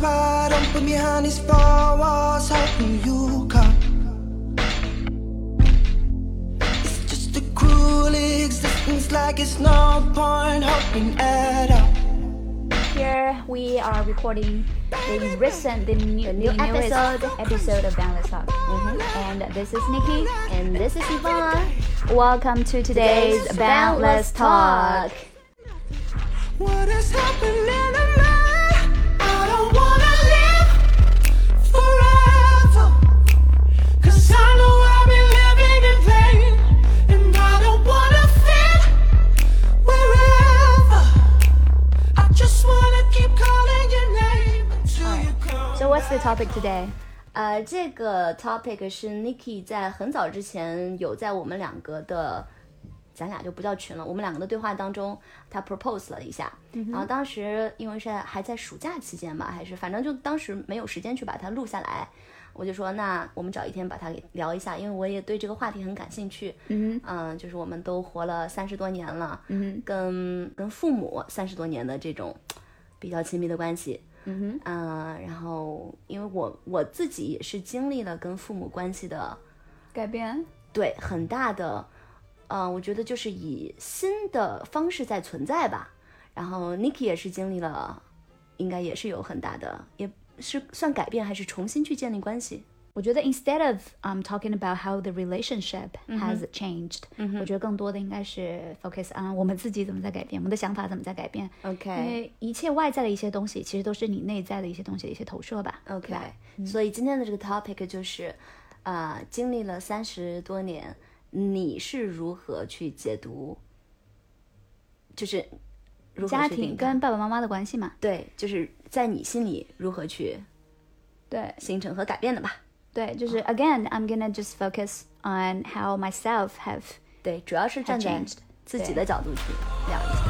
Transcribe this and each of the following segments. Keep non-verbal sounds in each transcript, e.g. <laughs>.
why don't put me behind these four walls. How do you come? It's just a cruel existence, like it's no point hoping at all. Here we are recording the recent, the new, The new the newest episode. episode Mm-hmm. of Boundless Talk. And this is Nikki. And this is Yvonne. Welcome to today's Today's Boundless Boundless Talk. Talk. What is happening to me? I don't wanna live forever. Cause I know I've been living in vain. And I don't wanna fit wherever. I just wanna keep calling your name until you come. So what's the topic today? 呃，这个 topic 是 Nikki 在很早之前有在我们两个的，咱俩就不叫群了，我们两个的对话当中，她 propose 了一下。然后当时因为是还在暑假期间吧，还是反正就当时没有时间去把它录下来，我就说那我们找一天把它给聊一下，因为我也对这个话题很感兴趣。嗯嗯，就是我们都活了三十多年了，嗯跟跟父母三十多年的这种比较亲密的关系，嗯哼，嗯、然后因为我我自己也是经历了跟父母关系的，改变。对很大的，呃，我觉得就是以新的方式在存在吧。然后 Niki 也是经历了，应该也是有很大的，也是算改变还是重新去建立关系？我觉得 instead of um talking about how the relationship has changed，、我觉得更多的应该是 focus on 我们自己怎么在改变，我们的想法怎么在改变。 OK 因为一切外在的一些东西，其实都是你内在的一些东西的一些投射吧。 OK，对吧所以今天的这个 topic 就是，啊、经历了三十多年，你是如何去解读，就是如何家去定庭它跟爸爸妈妈的关系嘛，对，就是在你心里如何去对形成和改变的吧？对，就是啊 again I'm gonna just focus on how myself have 对，主要是站 Have 在 changed，自己对的角度去聊一下。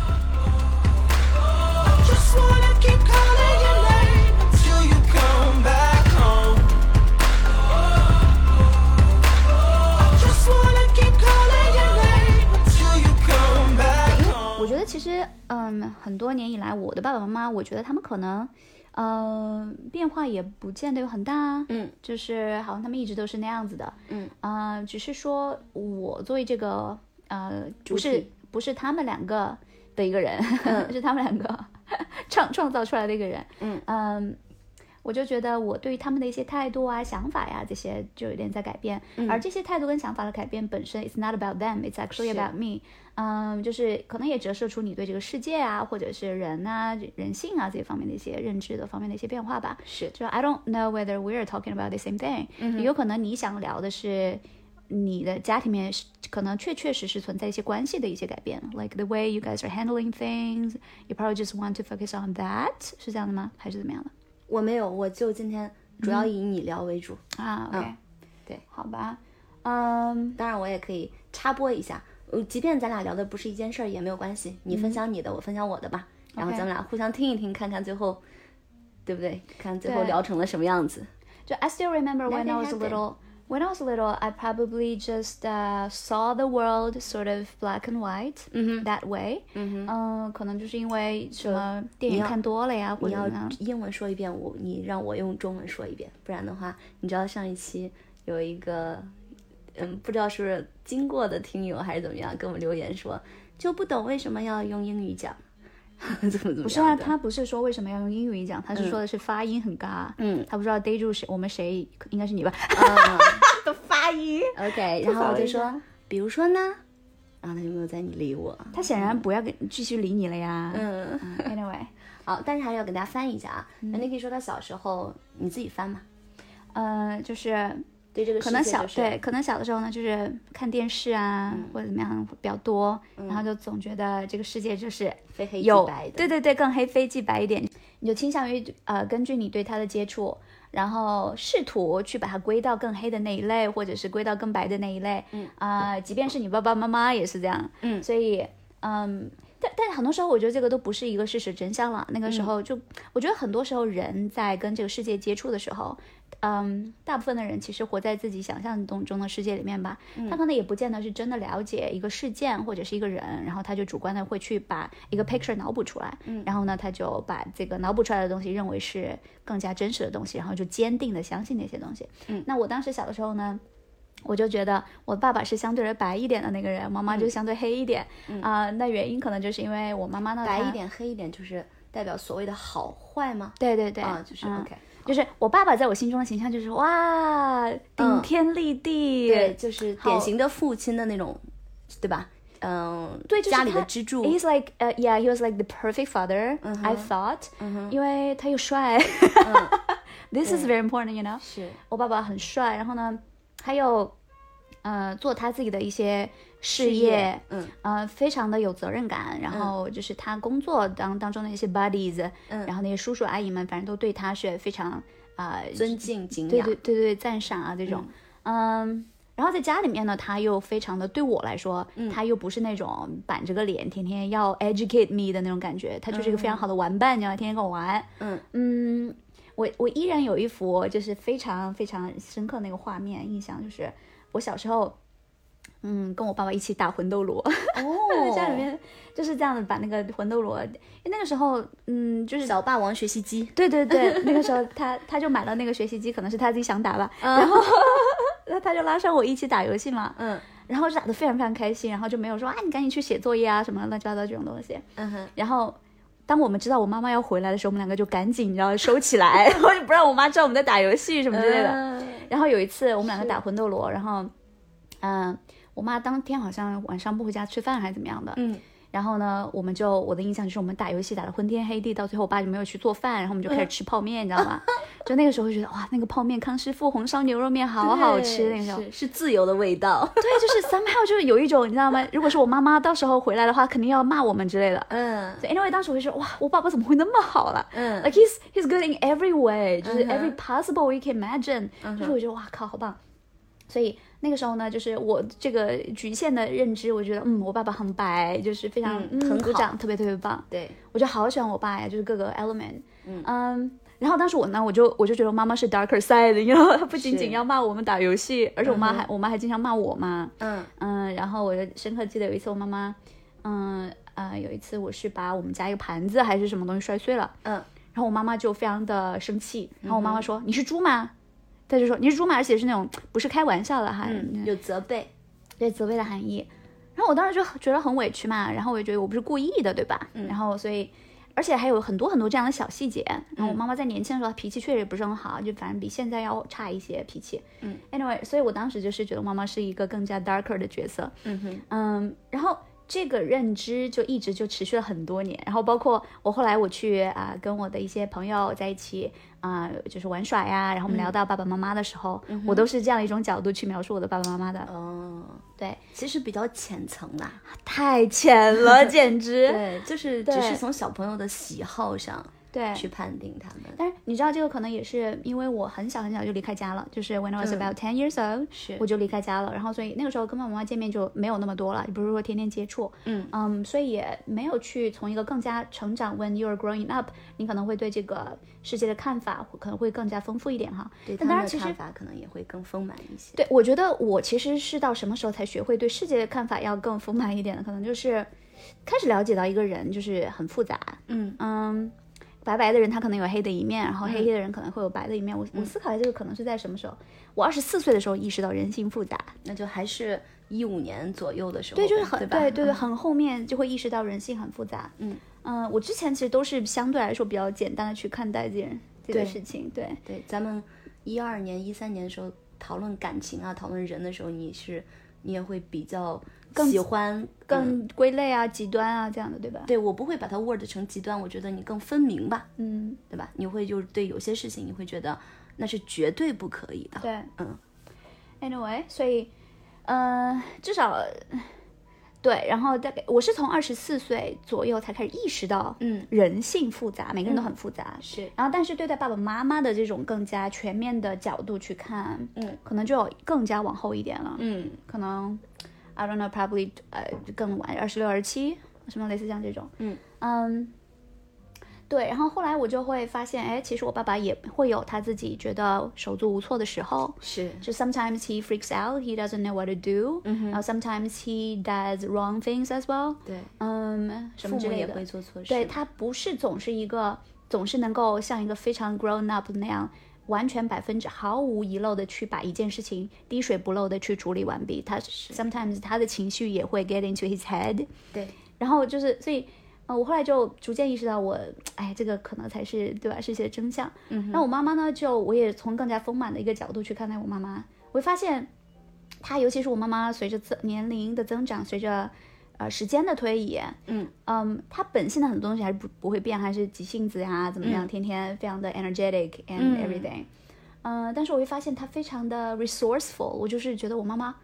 I just wanna keep calling your name until you come back home. I just wanna keep calling your name until you come back home. 我觉得其实，嗯，很多年以来，我的爸爸妈妈，我觉得他们可能，嗯、变化也不见得有很大啊。嗯，就是好像他们一直都是那样子的。嗯，呃，只是说我作为这个，呃，主不是体不是他们两个的一个人， <laughs> 是他们两个创创造出来的一个人。嗯我就觉得我对于他们的一些态度啊、想法呀、这些就有点在改变，嗯而这些态度跟想法的改变本身，it's not about them，it's actually 是 about me。嗯，就是可能也折射出你对这个世界啊，或者是人啊、人性啊这些方面的一些认知的方面的一些变化吧。是就 I don't know whether we are talking about the same thing，、有可能你想聊的是你的家庭里面是可能确确实实存在一些关系的一些改变，like the way you guys are handling things，you probably just want to focus on that，是这样的吗？还是怎么样的？我没有，我就今天主要以你聊为主。啊，OK，、嗯对好吧，嗯，当然，我也可以插播一下，呃，即便咱俩聊的不是一件事儿也没有关系，你分享你的，我分享我的吧，然后 OK 咱们俩互相听一听，看看最后，对不对？看最后对聊成了什么样子。就 I still remember when Nothing I was happened. little. When I was little, I probably just uh, saw the world sort of black and white Mm. that way. Mm-hmm. 嗯、可能就是因为什么电影要看多了呀，或你者要怎么样。英文说一遍，我你让我用中文说一遍，不然的话，你知道上一期有一个，嗯，不知道是不是经过的听友还是怎么样，给我们留言说就不懂为什么要用英语讲， <laughs> 怎么怎么样的？不是啊，他不是说为什么要用英语讲，他是说的是发音很尬。嗯他不知道逮住谁，我们谁应该是你吧？啊的发音， OK，然后我就说，比如说呢，然后他就没有再理我。他显然不要跟继续理你了呀。嗯，嗯，Anyway，好，但是还是要给大家翻译一下啊。嗯那你可以说他小时候，你自己翻嘛。呃，就是对这个可世界能就是啊嗯小对，可能小的时候呢，就是看电视啊、或者怎么样比较多，然后就总觉得这个世界就是非黑即有白的，对对对，更黑非即白一点，你就倾向于呃根据你对它的接触，然后试图去把它归到更黑的那一类，或者是归到更白的那一类，嗯啊、即便是你爸爸妈妈也是这样，嗯所以嗯。但但很多时候，我觉得这个都不是一个事实真相了。那个嗯时候就，我觉得很多时候人在跟这个世界接触的时候，嗯，大部分的人其实活在自己想象中中的世界里面吧。嗯他可能也不见得是真的了解一个事件或者是一个人，然后他就主观的会去把一嗯个 picture 脑补出来，然后呢，他就把这个脑补出来的东西认为是更加真实的东西，然后就坚定的相信那些东西。嗯那我当时小的时候呢，我就觉得我爸爸是相对而白一点的那个人，妈妈嗯就相对黑一点啊、那原因可能就是因为我妈妈呢，白她一，点黑一点就是代表所谓的好坏吗？对对对，啊，就是嗯 OK，就是我爸爸在我心中的形象就是哇，顶天立地，嗯对，就是好典型的父亲的那种，对吧？嗯，对，就是家里的他支柱。 He's like, uh, yeah, he was like the perfect father. 嗯 I thought，、因为他又帅。This <laughs> 嗯 is very important, you know. 是，我爸爸很帅，然后呢，还有，呃，做他自己的一些事事业嗯呃，非常的有责任感。然后就是他工作当当中的一些 buddies，、嗯然后那些叔叔阿姨们，反正都对他是非常啊、呃尊敬敬对仰对，对对，赞赏啊这种，嗯。然后在家里面呢，他又非常的对我来说，嗯他又不是那种板着个脸天天要 educate me 的那种感觉，他就是一个非常好的玩伴，你知道吗，天天跟我玩。嗯嗯，我我依然有一幅就是非常非常深刻那个画面印象，就是我小时候，嗯，跟我爸爸一起打魂斗罗， <laughs> 哦 <laughs> 家里面就是这样子把那个魂斗罗，因为那个时候，嗯，就是小霸王学习机，对对对，那个时候他他就买了那个学习机，可能是他自己想打吧，然后那他就拉上我一起打游戏嘛，嗯然后就打得非常非常开心，然后就没有说啊你赶紧去写作业啊什么乱七八糟这种东西。嗯哼，然后当我们知道我妈妈要回来的时候，我们两个就赶紧你知道收起来， <laughs> 然后就不让我妈知道我们在打游戏什么之类的。嗯然后有一次我们两个打魂斗罗，然后嗯、我妈当天好像晚上不回家吃饭还是怎么样的，嗯然后呢，我们就我的印象就是我们打游戏打得昏天黑地，到最后我爸就没有去做饭，然后我们就开始吃泡面，你知道 <laughs> 吗？就那个时候就觉得哇，那个泡面康师傅红烧牛肉面好好吃，那个时候是是自由的味 <laughs> 道。对，就是 somehow 就是有一种你知道吗？如果是我妈妈到时候回来的话，肯定要骂我们之类的。嗯所以 anyway，当时我就说哇，我爸爸怎么会那么好了？嗯 Like he's he's good in every way，就是嗯哼嗯 every possible we can imagine，、就是我觉得哇靠，好棒。所以那个时候呢，就是我这个局限的认知，我觉得嗯，我爸爸很白，就是非常嗯很鼓好掌，特别特别棒。对，我就好喜欢我爸呀，就是各个 element，嗯然后当时我呢，我就我就觉得妈妈是 darker side，你知道吗，她不仅仅是要骂我们打游戏，而且我妈还、我妈还经常骂我嘛，嗯嗯，然后我就深刻记得有一次我妈妈，嗯呃，有一次我是把我们家一个盘子还是什么东西摔碎了，嗯然后我妈妈就非常的生气，然后我妈妈说、你是猪吗？她就说你是猪吗？而且是那种不是开玩笑的哈，嗯，有责备，对责备的含义。然后我当时就觉得很委屈嘛，然后我就觉得我不是故意的，对吧？嗯然后所以，而且还有很多很多这样的小细节。然后嗯我妈妈在年轻的时候她脾气确实也不是很好，就反正比现在要差一些脾气。嗯，anyway，所以我当时就是觉得妈妈是一个更加 darker 的角色。嗯哼，嗯，然后这个认知就一直就持续了很多年，然后包括我后来我去啊、跟我的一些朋友在一起啊、就是玩耍呀，然后我们聊到爸爸妈妈的时候，我都是这样一种角度去描述我的爸爸妈妈的。哦，对，其实比较浅层啦。太浅了，简直。 <laughs> 对，就是只对是从小朋友的喜好上对去判定他们。但是你知道这个可能也是因为我很小很小就离开家了，就是 when I was 嗯 about ten years old，、是我就离开家了，然后所以那个时候跟爸爸妈妈见面就没有那么多了，也不是说天天接触，嗯嗯，所以也没有去从一个更加成长，when you are growing up，你可能会对这个世界的看法可能会更加丰富一点哈。对他但当们然的其实看法可能也会更丰满一些。对，我觉得我其实是到什么时候才学会对世界的看法要更丰满一点的，可能就是开始了解到一个人就是很复杂，嗯嗯，白白的人他可能有黑的一面，然后黑的人可能会有白的一面。我嗯我思考一下这个可能是在什么时候？我二十四岁的时候意识到人性复杂，那就还是一五年左右的时候吧，对，就是很对吧对对对，很后面就会意识到人性很复杂。嗯嗯、我之前其实都是相对来说比较简单的去看待这件这个对事情，对。对，咱们一二年、一三年的时候讨论感情啊、讨论人的时候，你是你也会比较喜欢嗯更归类啊、极端啊这样的，对吧？对我不会把它 word 成极端，我觉得你更分明吧，嗯，对吧？你会就是对有些事情你会觉得那是绝对不可以的，对。嗯 Anyway，所以，呃，至少，对，然后大概我是从二十四岁左右才开始意识到，嗯人性复杂，每个人都很复杂，是然后，但是对待爸爸妈妈的这种更加全面的角度去看，嗯，可能就有更加往后一点了，嗯可能 I don't know，probably 呃更晚，二十六、二十七，什么类似像这种，嗯嗯，对。然后后来我就会发现，哎，其实我爸爸也会有他自己觉得手足无措的时候，是就 sometimes he freaks out, he doesn't know what to do，、然 Mm-hmm. 后 sometimes he does wrong things as well，对，嗯，什父么母之类也的，会做错事，对他不是总是一个总是能够像一个非常 grown up 那样。完全百分之毫无遗漏的去把一件事情滴水不漏的去处理完毕，他 sometimes 他的情绪也会 get into his head，对，然后就是，所以，呃，我后来就逐渐意识到我，哎，这个可能才是对吧？是一些真相。嗯，那我妈妈呢，就我也从更加丰满的一个角度去看待我妈妈，我会发现，她尤其是我妈妈，随着增年龄的增长，随着呃时间的推移，嗯嗯，她本性的很多东西还是不不会变，还是急性子呀、怎么样，天天非常的 energetic 嗯 and everything。嗯、但是我会发现她非常的 resourceful，我就是觉得我妈妈。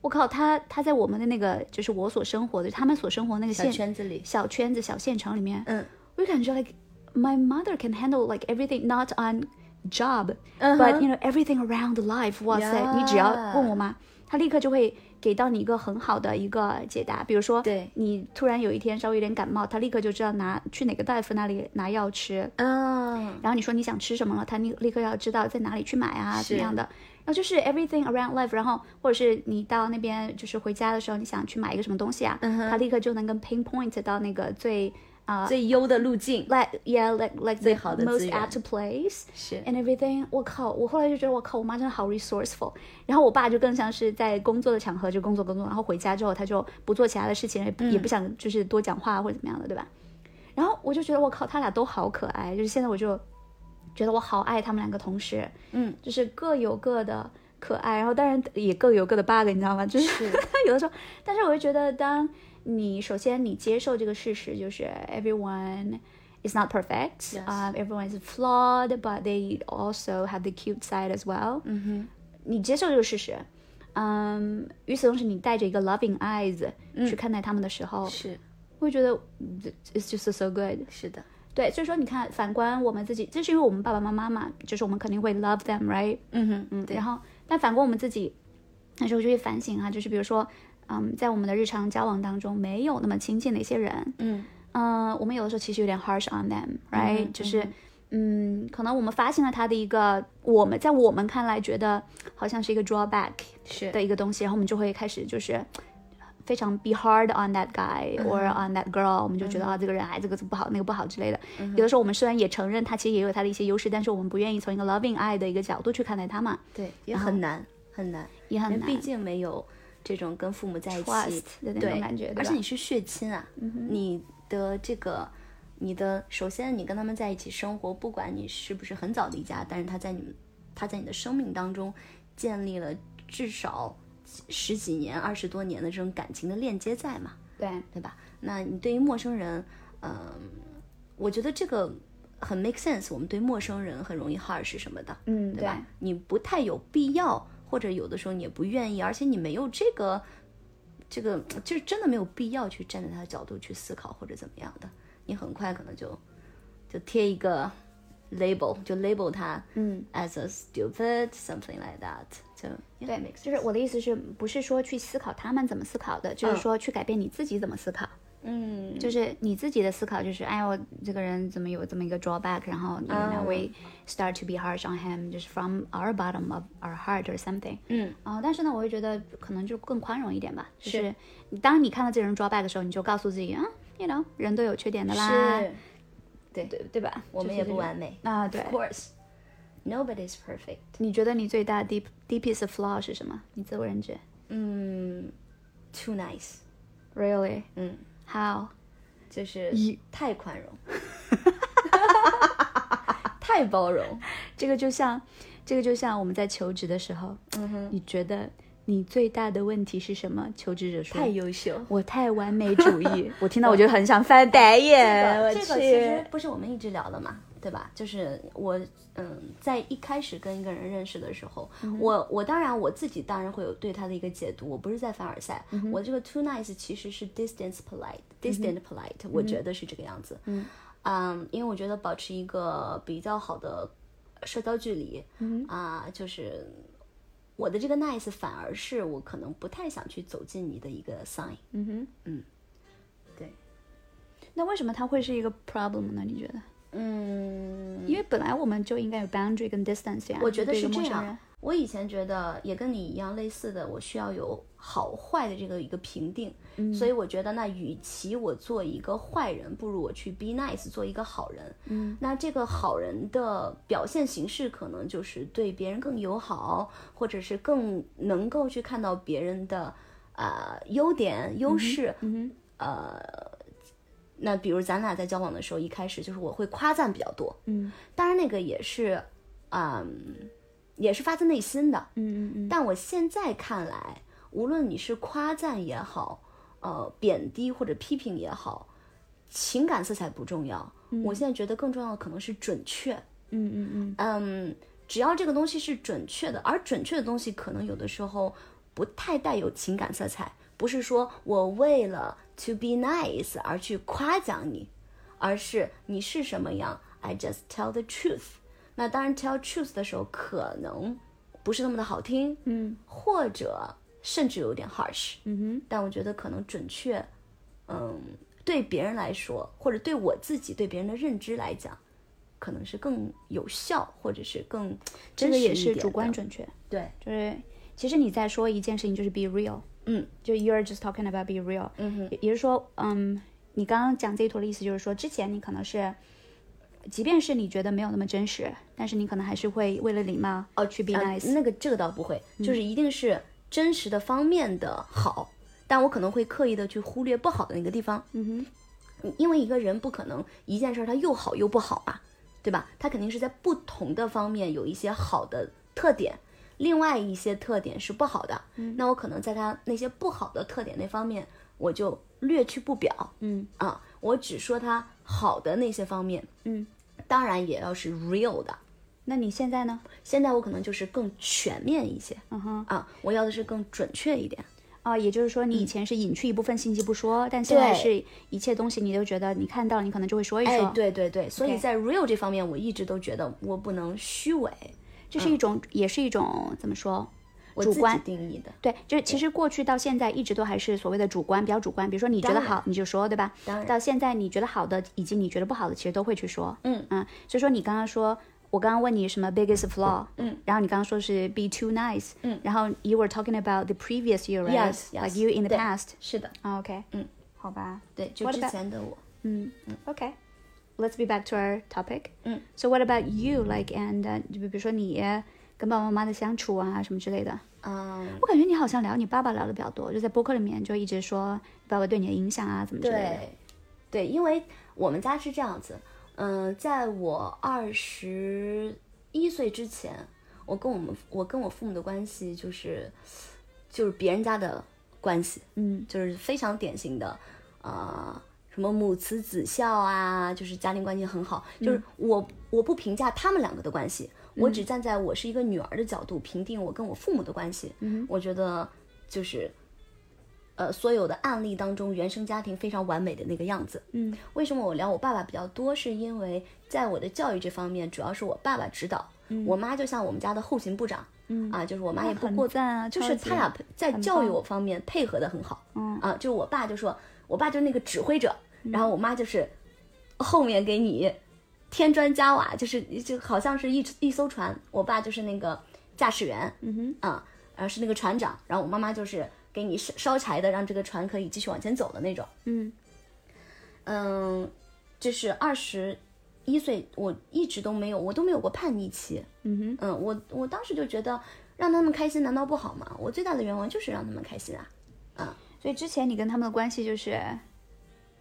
我靠，她她在我们的那个，就是我所生活的，他们所生活那个小县圈子里，小圈子、小县城里面，嗯我就感觉 like my mother can handle like everything not on job，but、嗯哼 you know everything around life。哇塞 Yeah 你只要问我妈，她立刻就会给到你一个很好的一个解答。比如说，对你突然有一天稍微有点感冒，她立刻就知道拿去哪个大夫那里拿药吃。嗯，然后你说你想吃什么了，他立立刻要知道在哪里去买啊，是怎么样的。然后就是 everything around life，然后或者是你到那边就是回家的时候，你想去买一个什么东西啊，嗯哼他立刻就能跟 pinpoint 到那个最啊、最优的路径 like yeah like like 最好 the 的 most 资源 apt place <laughs> 是 and everything。我靠，我后来就觉得我靠，我妈真的好 resourceful。然后我爸就更像是在工作的场合就工作工作，然后回家之后他就不做其他的事情，也不也不想就是多讲话或者怎么样的，对吧？然后我就觉得我靠，他俩都好可爱，就是现在我就觉得我好爱他们两个同时，嗯，就是各有各的可爱，然后当然也各有各的 bug，你知道吗？就是是 <laughs> 有的时候，但是我就觉得，当你首先你接受这个事实，就是 everyone is not perfect， Yes. 啊、everyone is flawed，but they also have the cute side as well。嗯哼，你接受这个事实，嗯，与此同时，你带着一个 loving eyes 去看待他们的时候，是会觉得嗯 it's just so good。是的，对，所以说你看，反观我们自己，这是因为我们爸爸妈妈嘛，就是我们肯定会 love them，right？嗯哼嗯，嗯，然后但反观我们自己，那时候就会反省啊，就是比如说，嗯，在我们的日常交往当中，没有那么亲近的一些人，嗯嗯、我们有的时候其实有点 harsh on them，right？、就是。嗯，可能我们发现了他的一个，我们在我们看来觉得好像是一个 drawback 是的一个东西，然后我们就会开始就是非常 be hard on that guy 嗯 or on that girl，、我们就觉得啊这个人哎这个不好那个不好之类的。嗯有的时候我们虽然也承认他其实也有他的一些优势，但是我们不愿意从一个 loving 爱的一个角度去看待他嘛。对，也很难很难，也很因为难毕竟没有这种跟父母在一 Trust 起的那对种感觉对而且吧嗯你是血亲啊，你的这个。你的首先，你跟他们在一起生活，不管你是不是很早离家，但是他在你他在你的生命当中建立了至少十几年、二十多年的这种感情的链接在嘛，对，对吧？那你对于陌生人，嗯、我觉得这个很 make sense。我们对陌生人很容易 harsh 什么的，嗯，对吧？你不太有必要，或者有的时候你也不愿意，而且你没有这个，这个就是真的没有必要去站在他的角度去思考或者怎么样的，你很快可能就就贴一个 label，就 label 他，嗯， ，as a stupid something like that，就对 yeah, makes，就是我的意思是不是说去思考他们怎么思考的，就是嗯说去改变你自己怎么思考。嗯，就是你自己的思考，就是哎呦，这个人怎么有这么一个 drawback，然后 you know、we start to be harsh on him，就是 from our bottom of our heart or something。嗯，啊、但是呢，我会觉得可能就更宽容一点吧。就是是你当你看到这个人 drawback 的时候，你就告诉自己，啊，you know，人都有缺点的啦，是，对对吧？我们就是也这不种完美啊，对。 ，of course，nobody is perfect。你觉得你最大 deep deepest flaw 是什么？你自我认知嗯，too nice， ？Really？嗯， How？就是一太宽容， <laughs> 太包容，这个就像，这个就像我们在求职的时候，嗯哼，你觉得你最大的问题是什么？求职者说，太优秀。我太完美主义， <laughs> 我听到我就很想翻白眼，我这个其实去。不是我们一直聊的嘛，对吧？就是我，嗯，在一开始跟一个人认识的时候，嗯我我当然我自己当然会有对他的一个解读，我不是在凡尔赛，嗯我这个 too nice 其实是 distance polite，distant polite，、我觉得是这个样子。嗯因为我觉得保持一个比较好的社交距离，嗯啊、就是我的这个 nice 反而是我可能不太想去走进你的一个 sign。嗯哼，对，那为什么它会是一个 problem 呢？你觉得？嗯，因为本来我们就应该有 boundary 跟 distance 呀。我觉得对一是个这陌生样人。我以前觉得也跟你一样类似的，我需要有好坏的这个一个评定，所以我觉得那与其我做一个坏人，不如我去 be nice，做一个好人。嗯，那这个好人的表现形式可能就是对别人更友好，或者是更能够去看到别人的呃优点、优势。嗯呃，那比如咱俩在交往的时候，一开始就是我会夸赞比较多。嗯当然那个也是，嗯，也是发自内心的。嗯嗯嗯，但我现在看来，无论你是夸赞也好，呃，贬低或者批评也好，情感色彩不重要。我现在觉得更重要的可能是准确。嗯嗯嗯嗯，只要这个东西是准确的，而准确的东西可能有的时候不太带有情感色彩，不是说我为了 to be nice 而去夸奖你，而是你是什么样，I just tell the truth。那当然，tell truth 的时候可能不是那么的好听，嗯或者甚至有点 harsh，嗯哼但我觉得可能准确，嗯，对别人来说，或者对我自己对别人的认知来讲，可能是更有效，或者是更这真个实也一点是的主观，准确。对，就是其实你在说一件事情，就是 be real，嗯，就 you're just talking about be real，嗯哼，也也就是说，嗯，你刚刚讲这一坨的意思就是说，之前你可能是，即便是你觉得没有那么真实，但是你可能还是会为了礼貌哦去 be 啊 nice，嗯那个这个倒不会，就是一定是真实的方面的好，但我可能会刻意的去忽略不好的那个地方，嗯哼，因为一个人不可能一件事儿他又好又不好嘛，对吧？他肯定是在不同的方面有一些好的特点，另外一些特点是不好的。嗯那我可能在他那些不好的特点那方面，我就略去不表嗯啊，我只说他好的那些方面。嗯，当然也要是 real 的。那你现在呢？现在我可能就是更全面一些嗯哼，啊，我要的是更准确一点。啊，也就是说你以前是隐去一部分信息不说，但现在嗯对是一切东西你都觉得你看到了，你可能就会说一哎说，，对对对，所以 OK 在 real 这方面，我一直都觉得我不能虚伪，这是一种，也是一种怎么说？我主自己观定义的。对，就是其实过去到现在一直都还是所谓的主观，比较主观。比如说你觉得当然好，你就说，对吧？当然到现在你觉得好的以及你觉得不好的，其实都会去说。嗯嗯，所以说你刚刚说，我刚刚问你什么 biggest flaw，嗯，然后你刚刚说是 be too nice，嗯然后 you were talking about the previous year, right? Yes, yes. like you in the 对 past. 是的，啊 OK，嗯，好吧，对，就 What 之 about- 前的我。嗯，OK。Let's be back to our topic. 嗯，So what about you? Like and、就比如说你跟爸爸妈妈的相处啊什么之类的。嗯，我感觉你好像聊你爸爸聊的比较多，就在播客里面就一直说爸爸对你的影响啊，怎么之类的。对，对，因为我们家是这样子，嗯、在我二十一岁之前，我跟我们我跟我父母的关系就是就是别人家的关系，嗯就是非常典型的，呃，什么母慈子孝啊，就是家庭关系很好。就是嗯我我不评价他们两个的关系，我只站在我是一个女儿的角度评定我跟我父母的关系。嗯我觉得就是，呃，所有的案例当中，原生家庭非常完美的那个样子。嗯为什么我聊我爸爸比较多？是因为在我的教育这方面，主要是我爸爸指导，我妈就像我们家的后勤部长。嗯啊，就是我妈也不很过赞啊就是超级他俩配在很教育棒我方面配合的很好。嗯啊，就是我爸就说，我爸就是那个指挥者，然后我妈就是后面给你添砖加瓦，就是就好像是一一艘船，我爸就是那个驾驶员，嗯哼啊，然后是那个船长，然后我妈妈就是给你烧烧柴的，让这个船可以继续往前走的那种。嗯嗯，就是二十一岁，我一直都没有，我都没有过叛逆期。嗯哼嗯，我我当时就觉得让他们开心难道不好吗？我最大的愿望就是让他们开心啊。所以之前你跟他们的关系就是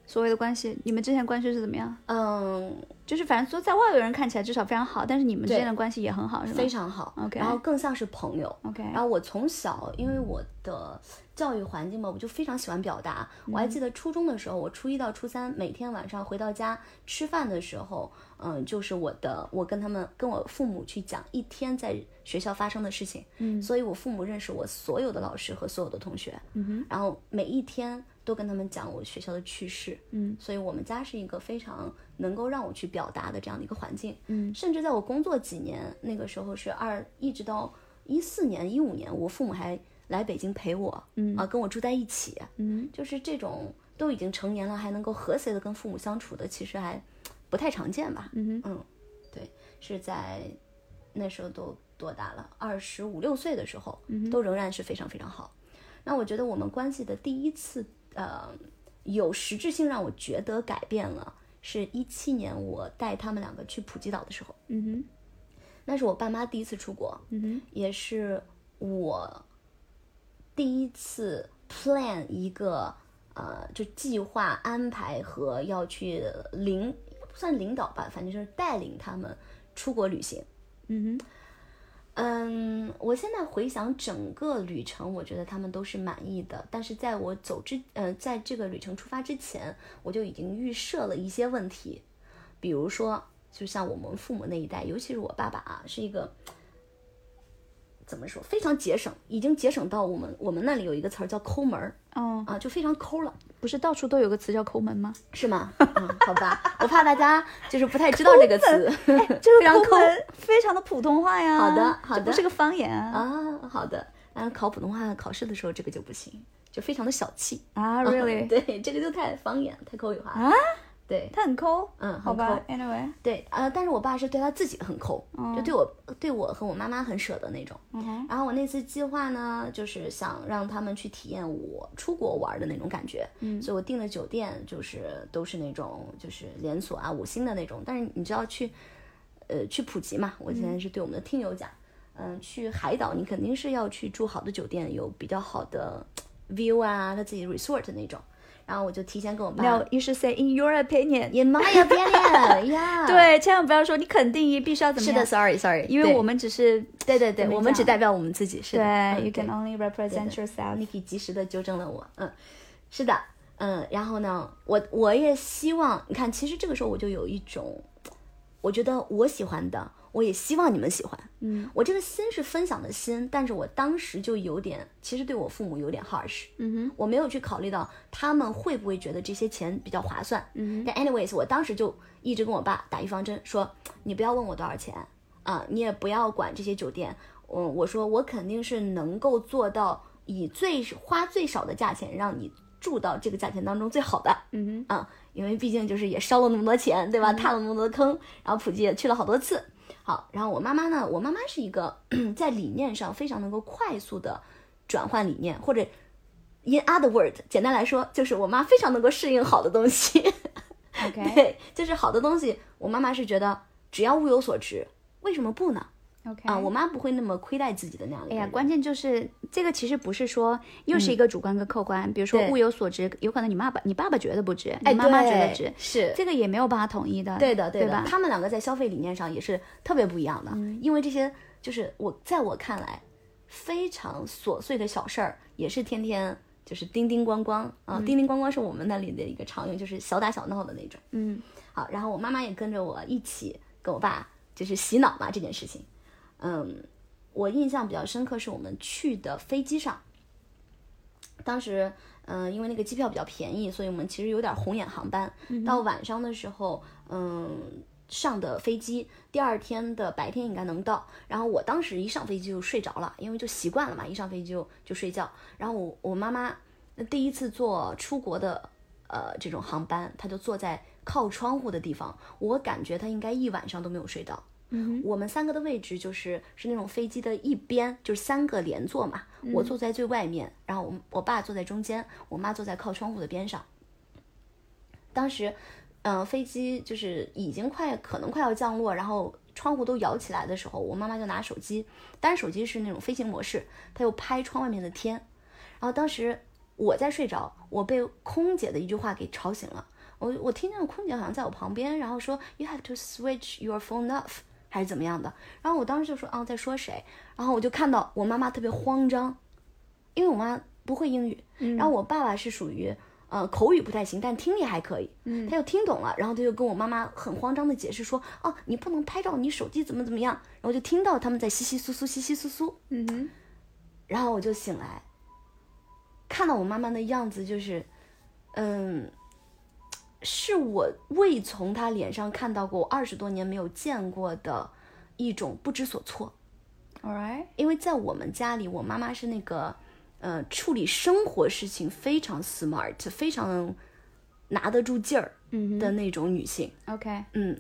所谓的关系，你们之前关系是怎么样？嗯，就是反正说在外围人看起来至少非常好，但是你们之对间的关系也很好，是吗？非常好 OK 然后更像是朋友。 OK 然后我从小因为我的教育环境嘛，我就非常喜欢表达。我还记嗯得初中的时候，我初一到初三每天晚上回到家吃饭的时候，嗯，就是我的我跟他们跟我父母去讲一天在学校发生的事情。嗯所以我父母认识我所有的老师和所有的同学，嗯哼然后每一天都跟他们讲我学校的趣事。嗯所以我们家是一个非常能够让我去表达的这样的一个环境。嗯甚至在我工作几年，那个时候是二，一直到一四年、一五年，我父母还来北京陪我，嗯啊，跟我住在一起，嗯就是这种都已经成年了，还能够和谐的跟父母相处的，其实还不太常见吧。嗯嗯，对，是在那时候都多大了？二十五六岁的时候，嗯都仍然是非常非常好。那我觉得我们关系的第一次，呃，有实质性让我觉得改变了，是一七年我带他们两个去普吉岛的时候，嗯那是我爸妈第一次出国，哼，嗯也是我第一次 plan 一个呃，就计划安排和要去领，不算领导吧，反正就是带领他们出国旅行。哼，嗯嗯，我现在回想整个旅程，我觉得他们都是满意的。但是在我走之，呃，在这个旅程出发之前，我就已经预设了一些问题，比如说，就像我们父母那一代，尤其是我爸爸啊，是一个怎么说，非常节省，已经节省到我们我们那里有一个词儿叫抠门儿哼，哦，啊，就非常抠了，不是到处都有个词叫抠门 <laughs> 吗？是吗？嗯，好吧，我怕大家就是不太知道这个词。这非常个抠抠门非常的普通话呀。好的好这不的是个方言啊。 <laughs> 啊，好的。嗯，考普通话考试的时候，这个就不行，就非常的小气。啊嗯，really？ <laughs> 对，这个就太方言，太口语化了。啊，对他很抠。嗯很好吧抠，anyway，对，呃，但是我爸是对他自己很抠，哦就对我对我和我妈妈很舍得那种。嗯哼，然后我那次计划呢，就是想让他们去体验我出国玩的那种感觉，嗯所以我订的酒店就是都是那种就是连锁啊五星的那种。但是你知道去，呃，去普吉嘛，我现在是对我们的听友讲，嗯、去海岛你肯定是要去住好的酒店，有比较好的 view 啊，他自己 resort 那种。然后我就提前跟我爸那 you should say in your opinion。 In my opinion，呀，， <laughs> 对，千万不要说你肯定一必须要怎么是样。的，sorry sorry，因为我们只是对对对，怎么我们只讲代表我们自己，是的，嗯对，you can only represent 对 yourself。 Niki 及时的纠正了我，嗯，是的，嗯，然后呢，我我也希望你看，其实这个时候我就有一种，我觉得我喜欢的，我也希望你们喜欢，嗯我这个心是分享的心，但是我当时就有点，其实对我父母有点 harsh，嗯哼，我没有去考虑到他们会不会觉得这些钱比较划算。嗯但 anyways，我当时就一直跟我爸打预防针，说你不要问我多少钱啊，你也不要管这些酒店。嗯，我说我肯定是能够做到以最花最少的价钱让你住到这个价钱当中最好的。嗯啊，因为毕竟就是也烧了那么多钱，对吧？踏了那么多坑，然后普吉也去了好多次。好，然后我妈妈呢，我妈妈是一个 <clears throat> 在理念上非常能够快速的转换理念，或者 in other word，简单来说，就是我妈非常能够适应好的东西。 <laughs> 嗯 <laughs> 哼，OK 对，就是好的东西，我妈妈是觉得只要物有所值，为什么不呢？ OK 啊，我妈不会那么亏待自己的那样哎的一个人。呀，关键就是这个，其实不是说又是一个主观跟客观。比如说对物有所值，有可能你妈爸你爸爸觉得不值，哎，你妈妈觉对得值，是这个也没有办法统一的。对的，对的，吧？嗯他们两个在消费理念上也是特别不一样的，因为这些就是我在我看来非常琐碎的小事儿，也是天天就是叮叮咣咣啊，叮叮咣咣是我们那里的一个常用，就是小打小闹的那种。嗯好，然后我妈妈也跟着我一起跟我爸就是洗脑嘛这件事情。嗯，我印象比较深刻是我们去的飞机上，当时嗯、因为那个机票比较便宜，所以我们其实有点红眼航班。到晚上的时候，嗯。上的飞机，第二天的白天应该能到。然后我当时一上飞机就睡着了，因为就习惯了嘛，一上飞机就就睡觉。然后我我妈妈那第一次坐出国的呃这种航班，他就坐在靠窗户的地方，我感觉他应该一晚上都没有睡到。嗯我们三个的位置就是是那种飞机的一边，就是三个连坐嘛，我坐在最外面，然后我我爸坐在中间，我妈坐在靠窗户的边上。当时，嗯、飞机就是已经快可能快要降落，然后窗户都摇起来的时候，我妈妈就拿手机，但是手机是那种飞行模式，她又拍窗外面的天，然后当时我在睡着，我被空姐的一句话给吵醒了。我我听见空姐好像在我旁边，然后说 “You have to switch your phone off” 还是怎么样的。然后我当时就说：“啊，在说谁？”然后我就看到我妈妈特别慌张，因为我妈不会英语，嗯然后我爸爸是属于呃口语不太行，但听力还可以，嗯他就听懂了，然后他就跟我妈妈很慌张的解释说：“哦、你不能拍照，你手机怎么怎么样。”然后就听到他们在窸窸窣窣，窸窸窣窣。嗯哼，然后我就醒来，看到我妈妈的样子，就是，嗯，是我未从她脸上看到过我二十多年没有见过的一种不知所措。 ，all right，因为在我们家里，我妈妈是那个，呃，处理生活事情非常 smart，非常拿得住劲儿嗯的那种女性。 ，OK，嗯，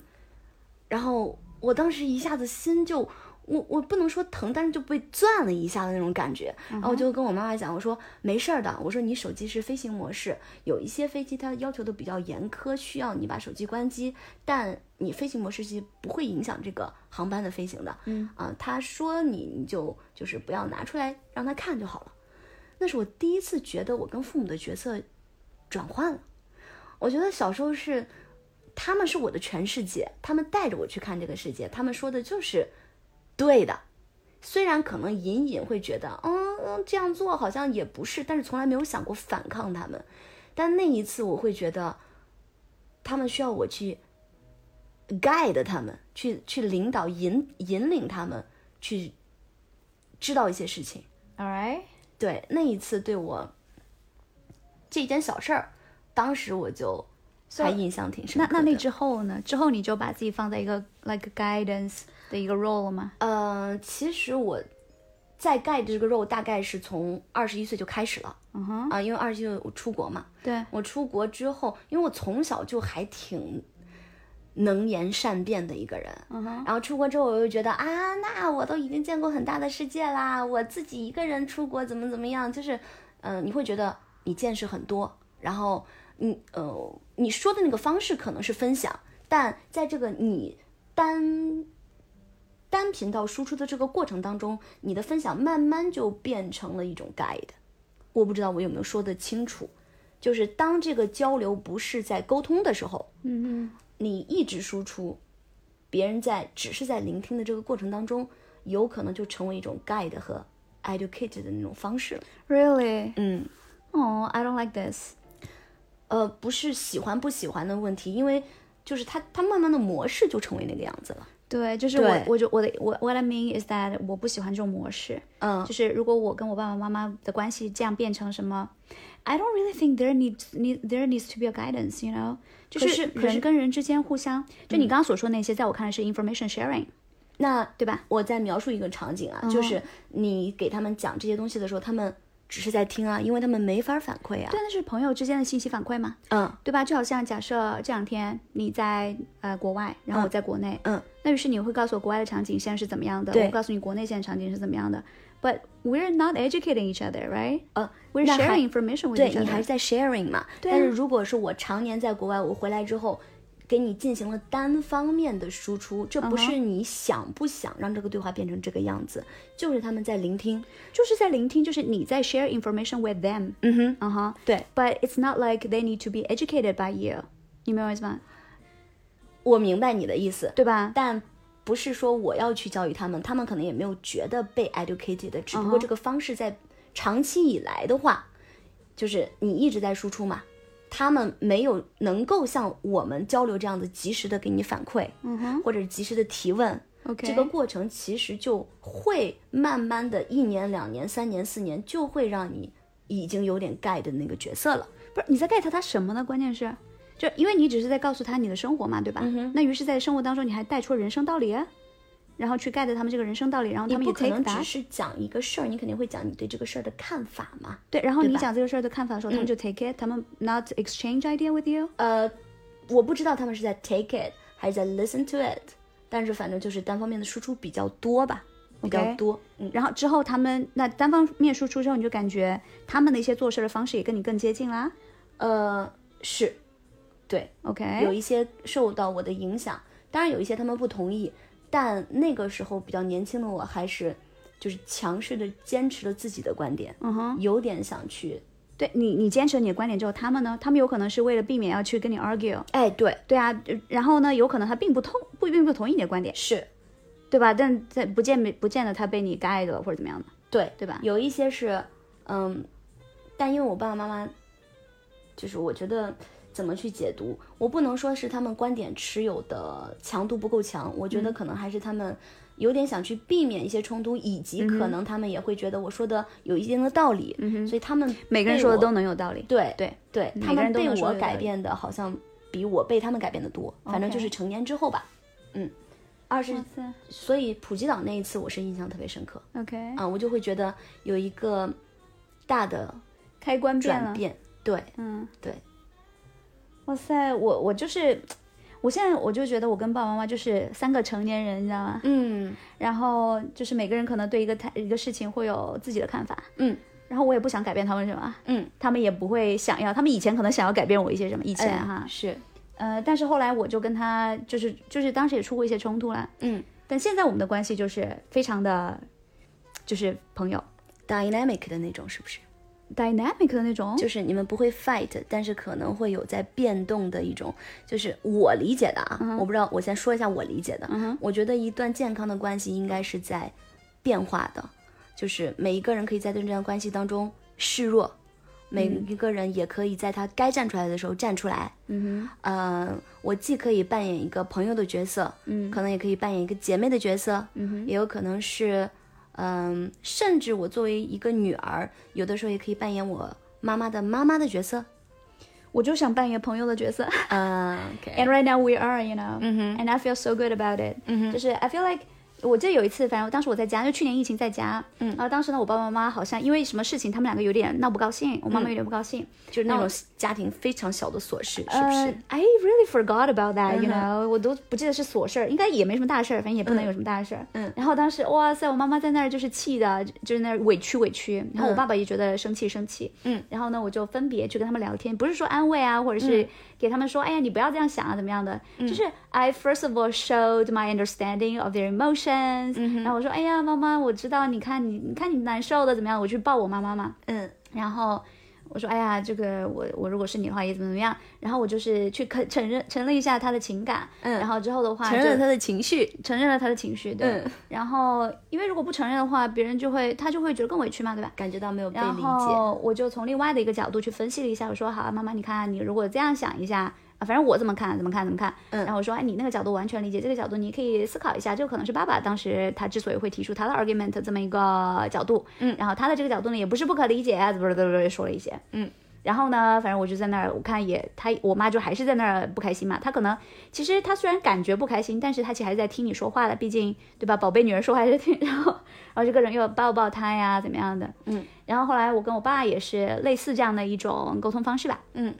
然后我当时一下子心就，我我不能说疼，但是就被攥了一下的那种感觉。然后我就跟我妈妈讲，我说没事儿的，我说你手机是飞行模式，有一些飞机它要求的比较严苛，需要你把手机关机，但你飞行模式其实不会影响这个航班的飞行的。嗯啊、他说你你就就是不要拿出来让他看就好了。那是我第一次觉得我跟父母的角色转换了。我觉得小时候是他们是我的全世界，他们带着我去看这个世界，他们说的就是对的。虽然可能隐隐会觉得，嗯，嗯这样做好像也不是，但是从来没有想过反抗他们。但那一次，我会觉得，他们需要我去 guide 他们，去去领导、引引领他们去知道一些事情。 ，All right，对，那一次对我这一件小事儿，当时我就还印象挺深那刻的。那那之后呢？之后你就把自己放在一个 like guidance 的一个 role 了吗？呃，其实我在盖这个肉大概是从二十一岁就开始了嗯哼，啊，因为二十一岁我出国嘛，对，我出国之后，因为我从小就还挺能言善辩的一个人，嗯哼，然后出国之后，我又觉得啊，那我都已经见过很大的世界啦，我自己一个人出国怎么怎么样，就是，嗯、你会觉得你见识很多，然后你呃，你说的那个方式可能是分享，但在这个你单单频道输出的这个过程当中，你的分享慢慢就变成了一种 guide。我不知道我有没有说得清楚，就是当这个交流不是在沟通的时候，嗯嗯，你一直输出，别人在只是在聆听的这个过程当中，有可能就成为一种 guide 和 educate 的那种方式了。 Really? 嗯， Oh, I don't like this. 呃，不是喜欢不喜欢的问题，因为就是它它慢慢的模式就成为那个样子了。对，就是我对，我就我的我 What I mean is that 我不喜欢这种模式。嗯就是如果我跟我爸爸妈妈的关系这样变成什么，I don't really think there needs need there needs to be a guidance, you know？就可是是可是嗯人跟人之间互相，就你刚刚所说那些，在我看来是 information sharing，那对吧？我在描述一个场景啊，哦就是你给他们讲这些东西的时候，他们只是在听啊，因为他们没法反馈啊对，。那是朋友之间的信息反馈嘛，嗯对吧？就好像假设这两天你在呃国外，然后我在国内，嗯，那于是你会告诉我国外的场景现在是怎么样的，对我告诉你国内现在场景是怎么样的。But we're not educating each other, right? 呃， We're 那还 sharing information with 对 each 你还是 other. 在 sharing 嘛。对啊但是如果是我常年在国外，我回来之后给你进行了单方面的输出，这不嗯是你想不想让这个对话变成这个样子，就是他们在聆听。就是在聆听，就是你在 share information with them. 嗯哼，嗯哼、对 But it's not like they need to be educated by you. 你明白我意思吗？我明白你的意思，对吧？但。不是说我要去教育他们，他们可能也没有觉得被 educated，只不过嗯哼这个方式在长期以来的话，就是你一直在输出嘛，他们没有能够像我们交流这样子及时的给你反馈，嗯哼或者及时的提问， ，OK。这个过程其实就会慢慢的一年、两年、三年、四年，就会让你已经有点 guide 的那个角色了。不是你在 get 他什么呢？关键是，就因为你只是在告诉他你的生活嘛，对吧？嗯那于是，在生活当中你还带出人生道理，然后去 get 他们这个人生道理，然后你他们不也可 take 能 that 只是讲一个事儿，你肯定会讲你对这个事儿的看法嘛。对，然后对你吧嗯讲这个事儿的看法的时候，他们就 take it，他们 not exchange idea with you。呃，我不知道他们是在 take it 还是在 listen to it，但是反正就是单方面的输出比较多吧，比较 OK 多。嗯，然后之后他们那单方面输出之后，你就感觉他们的一些做事的方式也跟你更接近啦。呃，是，对，有 OK，一些受到我的影响，当然有一些他们不同意，但那个时候比较年轻的我还是就是强势的坚持了自己的观点，嗯哼，有点想去，对你你坚持你的观点之后，他们呢，他们有可能是为了避免要去跟你 argue。哎，对，对啊，呃然后呢，有可能他并不同不并不同意你的观点，是对吧？但在不见没不见得他被你 guide 了或者怎么样的，对，对吧？有一些是，嗯，但因为我爸爸妈妈，就是我觉得怎么去解读，我不能说是他们观点持有的强度不够强，我嗯觉得可能还是他们有点想去避免一些冲突，以及可嗯能他们也会觉得我说的有一定的道理，所以他们每个人被说的我都能有道理。对对对，每他个们人都被能说我有道改理变的好像比我被他们改变的多，反正就 OK 是成年之后吧。嗯，二十哇，塞所以普吉岛那一次我是印象特别深刻，OK，啊，我就会觉得有一个大的开关变转了，变，对嗯，对，哇塞，我我就是，我现在我就觉得我跟爸爸妈妈就是三个成年人，你知道吗？嗯然后就是每个人可能对一个态一个事情会有自己的看法，嗯然后我也不想改变他们什么，嗯，他们也不会想要，他们以前可能想要改变我一些什么，以前嗯哈，是，呃，但是后来我就跟他就是就是当时也出过一些冲突啦，嗯但现在我们的关系就是非常的，就是朋友，dynamic 的那种是不是？ dynamic 的那种，就是你们不会 fight，但是可能会有在变动的一种，就是我理解的啊，嗯我不知道，我先说一下我理解的。我觉得一段健康的关系应该是在变化的，就是每一个人可以在这段关系当中示弱，每一个人也可以在他该站出来的时候站出来。嗯呃，我既可以扮演一个朋友的角色，嗯，可能也可以扮演一个姐妹的角色，嗯，也有可能是，嗯、甚至我作为一个女儿，有的时候也可以扮演我妈妈的妈妈的角 <laughs> 色，哼，我就想扮演朋友的角 <laughs> 色。嗯、 And right now we are, you know, and I feel so good about it. 就是 I feel like 我记得有一次，反正当时我在家，就去年疫情在家，嗯，然后当时呢，我爸爸妈妈好像因为什么事情，他们两个有点闹不高兴，我妈妈有点不高兴，就是那种家庭非常小的琐事，是不呃是？ ，I really forgot about that, you know，、我都不记得是琐事儿，应该也没什么大事儿，反正也不能有什么大事儿。嗯然后当时哇塞，我妈妈在那儿就是气的，就就是那儿委屈委屈，然后我爸爸也觉得生气生气。嗯，然后呢，我就分别去跟他们聊天，不是说安慰啊，或者是给他们说，哎呀，你不要这样想啊，怎么样的，嗯就是 I first of all showed my understanding of their emotions，、然后嗯我说，哎呀，妈妈，我知道，你看你，你看你难受的怎么样，我去抱我妈妈嘛。嗯然后我说，哎呀，这个我我如果是你的话也怎么怎么样，然后我就是去承承认承认一下他的情感，嗯然后之后的话承认了就他的情绪，承认了他的情绪，对，嗯然后因为如果不承认的话，别人就会他就会觉得更委屈嘛，对吧？感觉到没有被然理解，后我就从另外的一个角度去分析了一下，我说好啊，妈妈，你看啊你如果这样想一下，啊，反正我怎么看怎么看怎么看，嗯然后我说哎，你那个角度完全理解，这个角度你可以思考一下，这个可能是爸爸当时他之所以会提出他的 argument 这么一个角度，嗯然后他的这个角度呢也不是不可理解啊，怎么怎么怎么说了一些，嗯。然后呢，反正我就在那儿，我看也他我妈就还是在那儿不开心嘛。她可能其实她虽然感觉不开心，但是她其实还是在听你说话的，毕竟对吧？宝贝女儿说话还是听，然后然后就各种又抱抱她呀，怎么样的？然后后来我跟我爸也是类似这样的一种沟通方式吧，嗯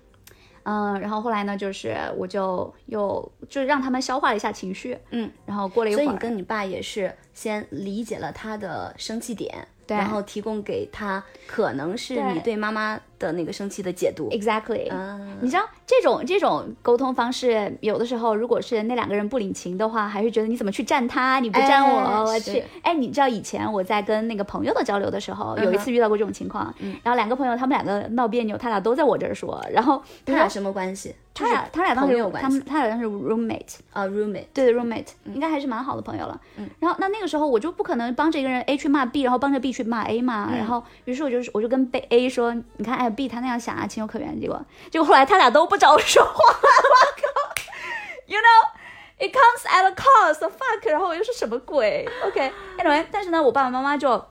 嗯，然后后来呢，就是我就又就是让他们消化了一下情绪，嗯。然后过了一所会以儿，你跟你爸也是先理解了他的生气点，对然后提供给他可能是对你对妈妈的那个生气的解读。 exactly，、嗯你知道这种这种沟通方式，有的时候如果是那两个人不领情的话，还会觉得你怎么去站他，你不站我，哎我是去。哎，你知道以前我在跟那个朋友的交流的时候，有一次遇到过这种情况，嗯然后两个朋友他们两个闹别扭，他俩都在我这儿说，然后他比如俩说什么关系？哦他俩他俩当朋时友关他系们他俩当时 roommate。啊，roommate，对 roommate，应该还是蛮好的朋友了。然后那那个时候我就不可能帮着一个人 A 去骂 B，然后帮着 B 去骂 A 嘛。然后于是我就是我就跟 B A 说，你看哎 B 他那样想啊，情有可原。结果结果后来他俩都不找我说话， <laughs> 我靠，you know it comes at a cost of fuck。然后我又说什么鬼？OK，anyway，、但是呢，我爸爸妈妈就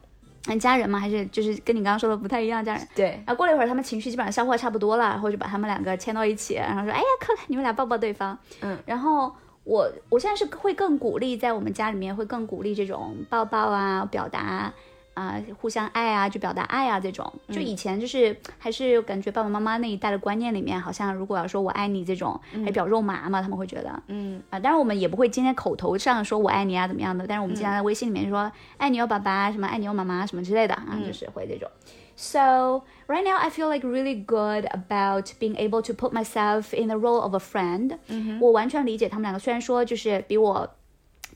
嗯家人嘛，还是就是跟你刚刚说的不太一样，家人。对然，啊后过了一会儿，他们情绪基本上消化差不多了，然后就把他们两个牵到一起，然后说：“哎呀，快来，你们俩抱抱对方。”嗯，然后我我现在是会更鼓励，在我们家里面会更鼓励这种抱抱啊，表达啊、互相爱啊，就表达爱啊这种。就嗯以前就是、还是感觉爸爸妈妈那一代的观念里面，好像如果要说我爱你这种，还比较肉麻嘛，他们会觉得，嗯啊，当然我们也不会今天口头上说我爱你啊怎么样的，但是我嗯们经常在微信里面说、爱你哦爸爸，什么爱你哦妈妈什么之类的啊，嗯就是会这种。So right now I feel like really good about being able to put myself in the role of a friend、我完全理解他们两个，虽然说就是比我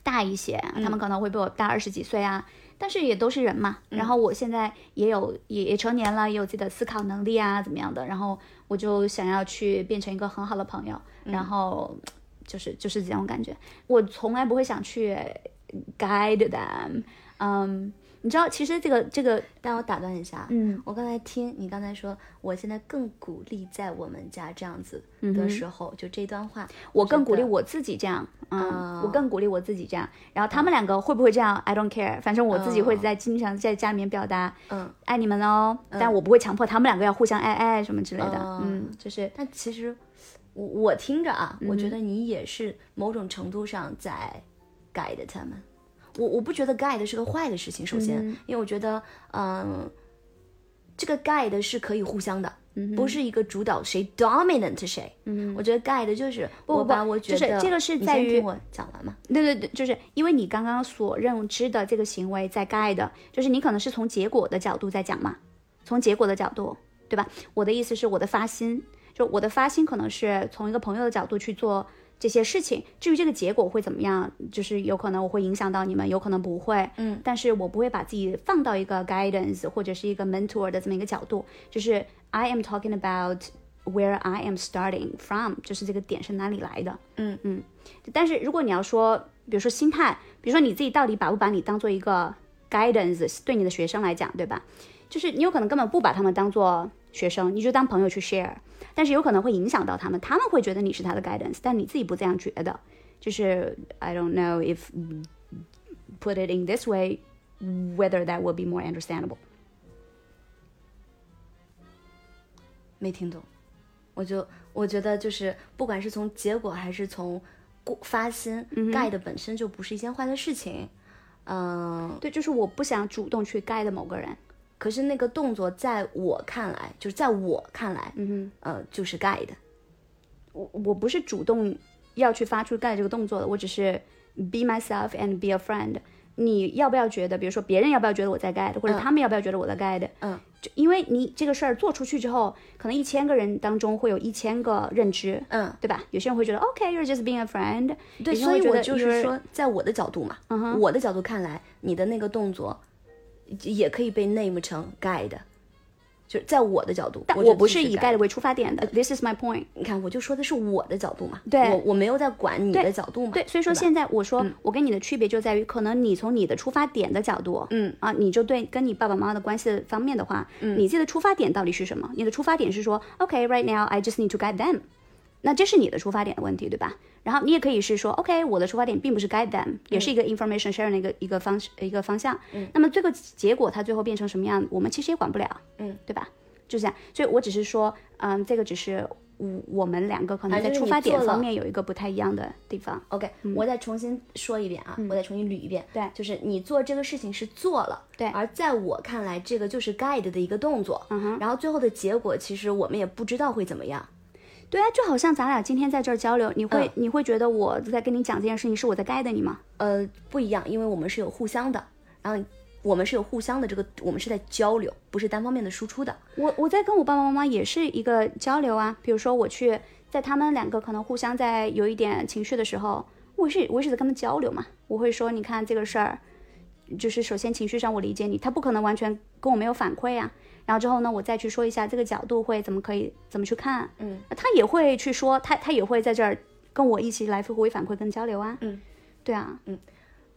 大一些，他们可能会比我大二十几岁啊，但是也都是人嘛。然后我现在也有也也成年了，也有自己的思考能力啊，怎么样的。然后我就想要去变成一个很好的朋友，然后就是就是这种感觉。我从来不会想去 guide them，嗯。你知道，其实这个这个，但我打断一下，啊嗯，我刚才听你刚才说，我现在更鼓励在我们家这样子的时候，就这段话，嗯我更鼓励觉得我自己这样，嗯哦，我更鼓励我自己这样。然后他们两个会不会这样？I don't care，反正我自己会在经常在家里面表达，哦嗯，爱你们哦，但我不会强迫他们两个要互相爱爱什么之类的哦，嗯，就是但其实我我听着啊，我觉得你也是某种程度上在 guide 他们。我我不觉得 guide 是个坏呃的事情，首先，因为我觉得，嗯、这个 guide 是可以互相的，不是一个主导谁 dominant 谁。我觉得 guide 就是嗯不我不把我觉就得是这个是在你于先听我讲完嘛。对对对，就是因为你刚刚所认知的这个行为在 guide，就是你可能是从结果的角度在讲嘛，从结果的角度，对吧？我的意思是我的发心，就我的发心可能是从一个朋友的角度去做这些事情，至于这个结果会怎么样，就是有可能我会影响到你们，有可能不会，嗯，但是我不会把自己放到一个 guidance 或者是一个 mentor 的这么一个角度，就是 I am talking about where I am starting from，就是这个点是哪里来的，嗯嗯。但是如果你要说，比如说心态，比如说你自己到底把不把你当做一个 guidance，对你的学生来讲，对吧？就是你有可能根本不把他们当做学生，你就当朋友去 share，但是有可能会影响到他们，他们会觉得你是他的 guidance，但你自己不这样觉得。就是 I don't know if put it in this way whether that will be more understandable。没听懂，我就我觉得就是不管是从结果还是从过发心、guide 嗯本身就不是一件坏的事情。嗯、对，就是我不想主动去 guide 某个人。可是那个动作在我看来，就是在我看来，嗯哼。呃，就是 guide。我我不是主动要去发出 guide 这个动作的，我只是 be myself and be a friend。你要不要觉得，比如说别人要不要觉得我在 guide，或者嗯他们要不要觉得我在 guide？嗯，就因为你这个事儿做出去之后，可能一千个人当中会有一千个认知，嗯，对吧？有些人会觉得 OK，you're、just being a friend。有对，些人所会以觉我得就是说 you're-，在我的角度嘛，嗯哼我的角度看来，你的那个动作也可以被 name 成 guide，就是在我的角度，但我我不是是以 guide guide 为出发点的。呃 This is my point。你看，我就说的是我的角度嘛，对我我没有在管你对的角度嘛，对，所以说吧嗯现在我说，我跟你的区别就在于，可能你从你的出发点的角度，嗯啊，你就对跟你爸爸妈妈的关系方面的话，嗯，你自己的出发点到底是什么？你的出发点是说，OK，right、now I just need to guide them，那这是你的出发点的问题，对吧？然后你也可以是说，OK，我的出发点并不是 guide them，也嗯是一个 information sharing 的一个一个方一个方向。嗯，那么这个结果它最后变成什么样，我们其实也管不了，嗯，对吧？就这样，所以我只是说，嗯，这个只是我我们两个可能反在正就是出你发点做方了面有一个不太一样的地方。 OK，、我再重新说一遍啊，我再重新捋一遍。嗯对就是你做这个事情是做了，对而在我看来，这个就是 guide 的一个动作。嗯哼然后最后的结果，其实我们也不知道会怎么样。对啊，就好像咱俩今天在这儿交流，你会、嗯你会觉得我在跟你讲这件事情是我在 guide 你吗？呃，不一样，因为我们是有互相的，然后我们是有互相的这个，我们是在交流，不是单方面的输出的。我我在跟我爸爸妈妈也是一个交流啊，比如说我去在他们两个可能互相在有一点情绪的时候，我是我是在跟他们交流嘛，我会说你看这个事儿，就是首先情绪上我理解你，他不可能完全跟我没有反馈啊，然后之后呢我再去说一下这个角度会怎么可以怎么去看，嗯，他也会去说他他也会在这儿跟我一起来互为反馈跟交流啊，嗯，对啊，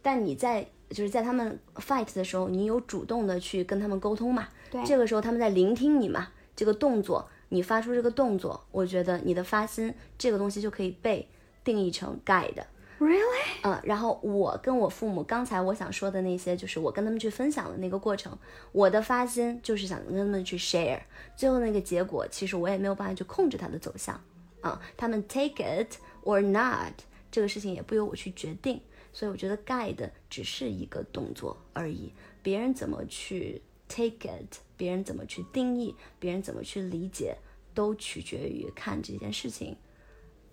但你在就是在他们 fight 的时候，你有主动的去跟他们沟通嘛？对这个时候他们在聆听你嘛？这个动作，你发出这个动作，我觉得你的发心这个东西就可以被定义成 guide。 ，really，嗯，然后我跟我父母刚才我想说的那些，就是我跟他们去分享的那个过程，我的发心就是想跟他们去 share，最后那个结果其实我也没有办法去控制它的走向，啊、他们 take it or not 这个事情也不由我去决定，所以我觉得 guide 只是一个动作而已，别人怎么去 take it，别人怎么去定义，别人怎么去理解，都取决于看这件事情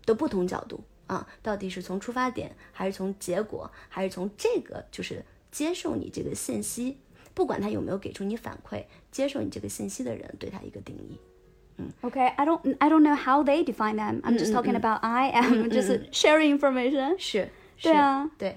的不同角度啊，到底是从出发点，还是从结果，还是从这个就是接受你这个信息，不管他有没有给出你反馈，接受你这个信息的人对他一个定义。 Okay, I don't I don't know how they define them. I'm Mm, just talking about I am 就是 sharing information，是，对啊，对，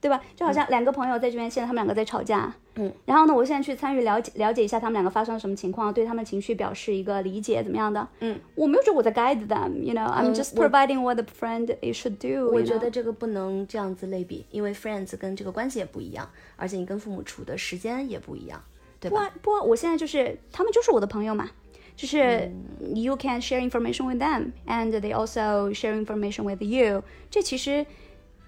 对吧？就好 Mm. 像两个朋友在这边，现在他们两个在吵架，嗯，然后呢，我现在去参与了解了解一下他们两个发生了什么情况，对他们情绪表示一个理解，怎么样的？嗯，我没有觉得我在 guide them，you know，I'm Mm. 嗯 just 我 providing what the friend it should do。我觉得这个不能这样子类比，因为 friends 跟这个关系也不一样，而且你跟父母处的时间也不一样，对不吧？啊不啊，我现在就是他们就是我的朋友嘛，就是、you can share information with them and they also share information with you。这其实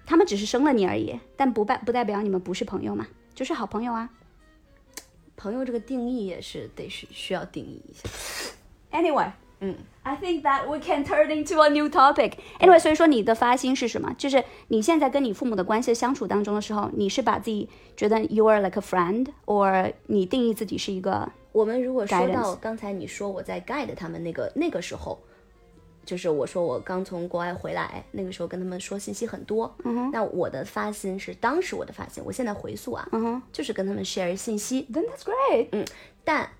他们只是生了你而已，但不代不代表你们不是朋友嘛，就是好朋友啊。朋友这个定义也是得需需要定义一下。 Anyway，嗯，I think that we can turn into a new topic. Anyway，所以说你的发心是什么？就是你现在跟你父母的关系相处当中的时候，你是把自己觉得 you are like a friend，or 你定义自己是一个我们如果说 Guidance 到刚才你说我在 guide 他们那个那个时候，就是我说我刚从国外回来，那个时候跟他们说信息很多。嗯那我的发心是当时我的发心，我现在回溯啊，就是跟他们 share 信息， Then that's great. 但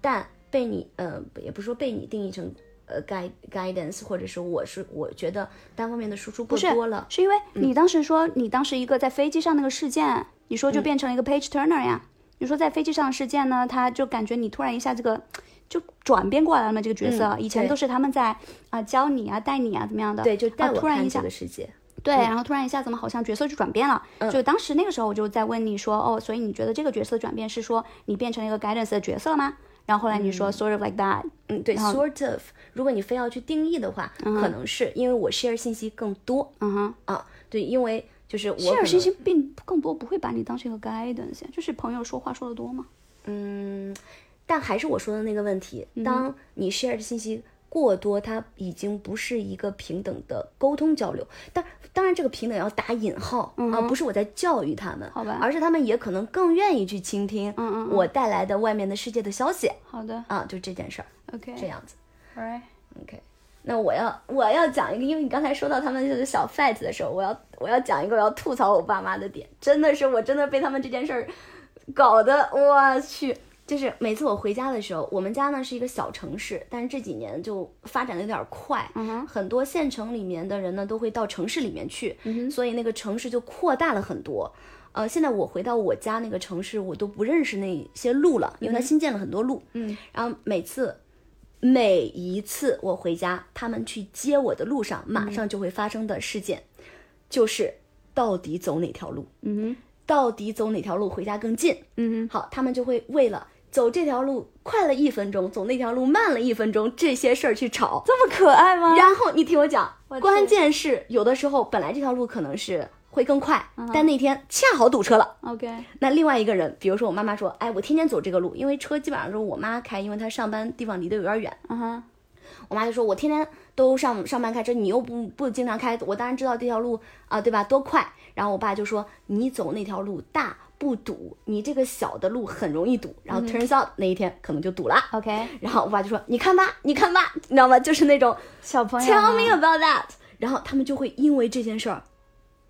但被你呃也不是说被你定义成呃 guide guidance，或者是我是我觉得单方面的输出过不是多了。是因为嗯你当时说、你当时一个在飞机上那个事件，你说就嗯变成了一个 page turner 呀。你说在飞机上的事件呢，他就感觉你突然一下这个就转变过来了嘛，这个角色、嗯以前对都是他们在啊、教你啊带你啊怎么样的，对，就带啊、我突然看一这下个嗯世界。对，然后突然一下，怎么好像角色就转变了？就当时那个时候，我就在问你说，哦，所以你觉得这个角色转变是说你变成了一个 guidance 的角色吗？然后后来你说、sort of like that，嗯，对，sort of。如果你非要去定义的话，可能是因为我 share 信息更多嗯哼，啊。对，因为就是我这可尔信能息并更多不会把你当成一个 guidance，呀就是朋友说话说的多嘛。嗯，但还是我说的那个问题，嗯当你 share 的信息过多，它已经不是一个平等的沟通交流。当当然，这个平等要打引号、啊，不是我在教育他们，嗯好吧而是他们也可能更愿意去倾听嗯嗯我带来的外面的世界的消息好的啊，就这件事儿这，OK，Alright，样子。OK，那我要我要讲一个，因为你刚才说到他们就是小 fat 的时候，我要我要讲一个我要吐槽我爸妈的点，真的是我真的被他们这件事儿搞得我去。就是每次我回家的时候，我们家呢是一个小城市，但是这几年就发展的有点快，很多县城里面的人呢都会到城市里面去，嗯所以那个城市就扩大了很多。呃，现在我回到我家那个城市，我都不认识那些路了，因为它新建了很多路。嗯，然后每次每一次我回家，他们去接我的路上，马上就会发生的事件，就是到底走哪条路？嗯到底走哪条路回家更近？哼，嗯好，他们就会为了走这条路快了一分钟，走那条路慢了一分钟，这些事儿去吵哼，。这么可爱吗？然后你听我讲，啊我关天键是有的时候本来这条路可能是会更快，但那天恰好堵车了。 OK，那另外一个人，比如说我妈妈说，哎，我天天走这个路，因为车基本上都是我妈开，因为她上班地方离得有点远。嗯哼，我妈就说：“我天天都上上班开车，你又不不经常开，我当然知道这条路啊，对吧？多快。”然后我爸就说：“你走那条路大不堵，你这个小的路很容易堵。”然后 turns out 那一天可能就堵了。 ，OK，然后我爸就说：“你看吧，你看吧，你知道吗？就是那种小朋友啊 tell 吗 me about that。”然后他们就会因为这件事儿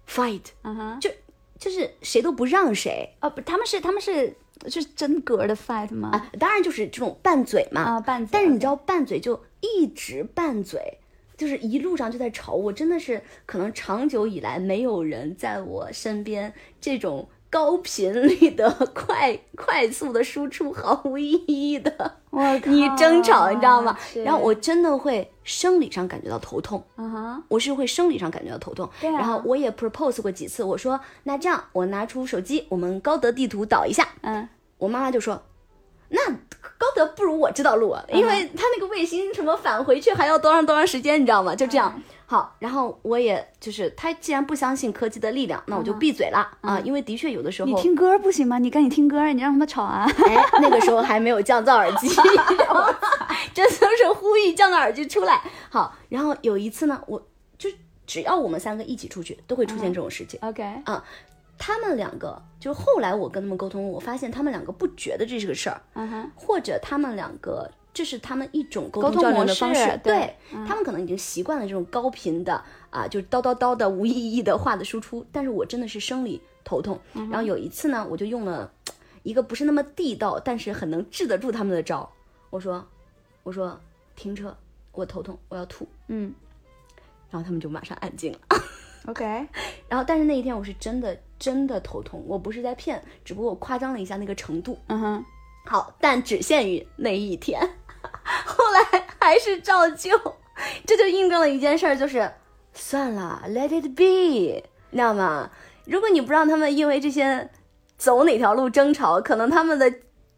fight，嗯哼，就就是谁都不让谁哦，不，他们是他们是就是真格的 fight 吗？啊，当然就是这种拌嘴嘛。啊，半子，但是你知道拌嘴就一直拌嘴，就是一路上就在吵我，真的是可能长久以来没有人在我身边这种高频率的快快速的输出毫无意义的我你争吵，你知道吗哦是？然后我真的会生理上感觉到头痛。嗯哼，我是会生理上感觉到头痛。对啊然后我也 propose 过几次，我说那这样，我拿出手机，我们高德地图导一下。嗯。我妈妈就说：“那高德不如我知道路啊，嗯因为他那个卫星什么返回去还要多长多长时间，你知道吗？就这嗯样。好，然后我也就是他既然不相信科技的力量，那我就闭嘴了、啊，因为的确有的时嗯候你听歌不行吗？你赶紧听歌啊，你让他们吵啊！哎， <laughs> 那个时候还没有降噪耳机， <laughs> 这就是呼吁降噪耳机出来。好，然后有一次呢，我就只要我们三个一起出去，都会出现这种事情。 OK，他们两个就是后来我跟他们沟通，我发现他们两个不觉得这是个事儿，嗯哼，或者他们两个这是他们一种沟沟通通交流模的式方式，对嗯他们可能已经习惯了这种高频的啊，就是叨叨叨的无意义的话的输出，但是我真的是生理头痛。嗯然后有一次呢，我就用了一个不是那么地道，但是很能治得住他们的招，我说我说停车，我头痛，我要吐，嗯然后他们就马上安静了。 <laughs> ，OK，然后但是那一天我是真的真的头痛，我不是在骗，只不过我夸张了一下那个程度。嗯哼，好，但只限于那一天。 <laughs> 后来还是照旧，这就印证了一件事儿，就是算了，let it be，你知道吗？如果你不让他们因为这些走哪条路争吵，可能他们的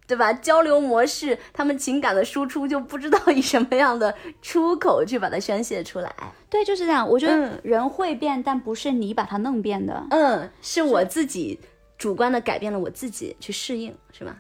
对吧交流模式，他们情感的输出就不知道以什么样的出口去把它宣泄出来。对，就是这样。我觉得嗯人会变，但不是你把他弄变的。嗯，是我自己主观的改变了我自己去适应，是吧？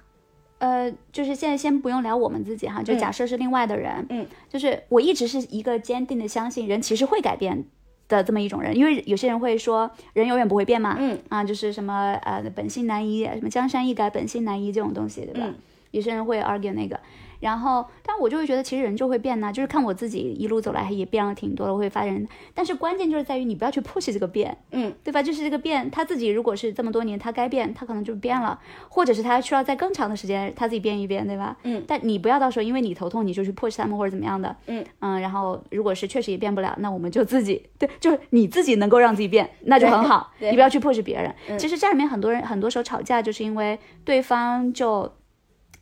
呃，就是现在先不用聊我们自己哈，就嗯假设是另外的人，嗯，就是我一直是一个坚定的相信人其实会改变的这么一种人，因为有些人会说人永远不会变嘛，嗯啊，就是什么呃本性难移，什么江山易改，本性难移这种东西，对吧？嗯有些人会 argue 那个。然后，但我就会觉得，其实人就会变呐、就是看我自己一路走来也变了挺多了，我会发现。但是关键就是在于你不要去 push 这个变，嗯，对吧？就是这个变，他自己如果是这么多年，他该变，他可能就变了，或者是他需要在更长的时间他自己变一变，对吧？嗯但你不要到时候因为你头痛，你就去 push 他们或者怎么样的，嗯然后如果是确实也变不了，那我们就自己 <laughs> 对，就是你自己能够让自己变，那就很好，对对嗯你不要去 push 别人。其实家里面很多人很多时候吵架，就是因为对方就。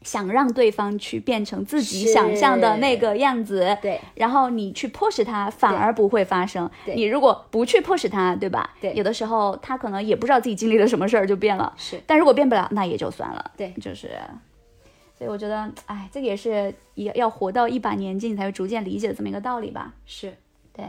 想让对方去变成自己是想象的那个样子，对，然后你去迫使他，反而不会发生。对你如果不去迫使他，对吧？对有的时候他可能也不知道自己经历了什么事儿就变了，是但如果变不了，那也就算了。对就是，所以我觉得，哎，这个也是也要活到一把年纪，你才会逐渐理解的这么一个道理吧。是，对。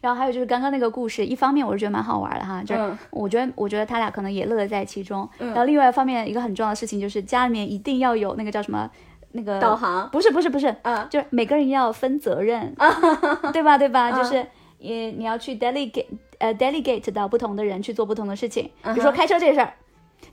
然后还有就是刚刚那个故事，一方面我是觉得蛮好玩的哈，就是嗯我觉得、我觉得他俩可能也乐在其中。然后另外一方面一个很重要的事情就是家里面一定要有那个叫什么那个导航不是不是不是，啊就是每个人要分责任，嗯 <laughs> 对吧对吧？就是也你要去 delegate 呃 delegate 到不同的人去做不同的事情，比嗯如说开车这事儿，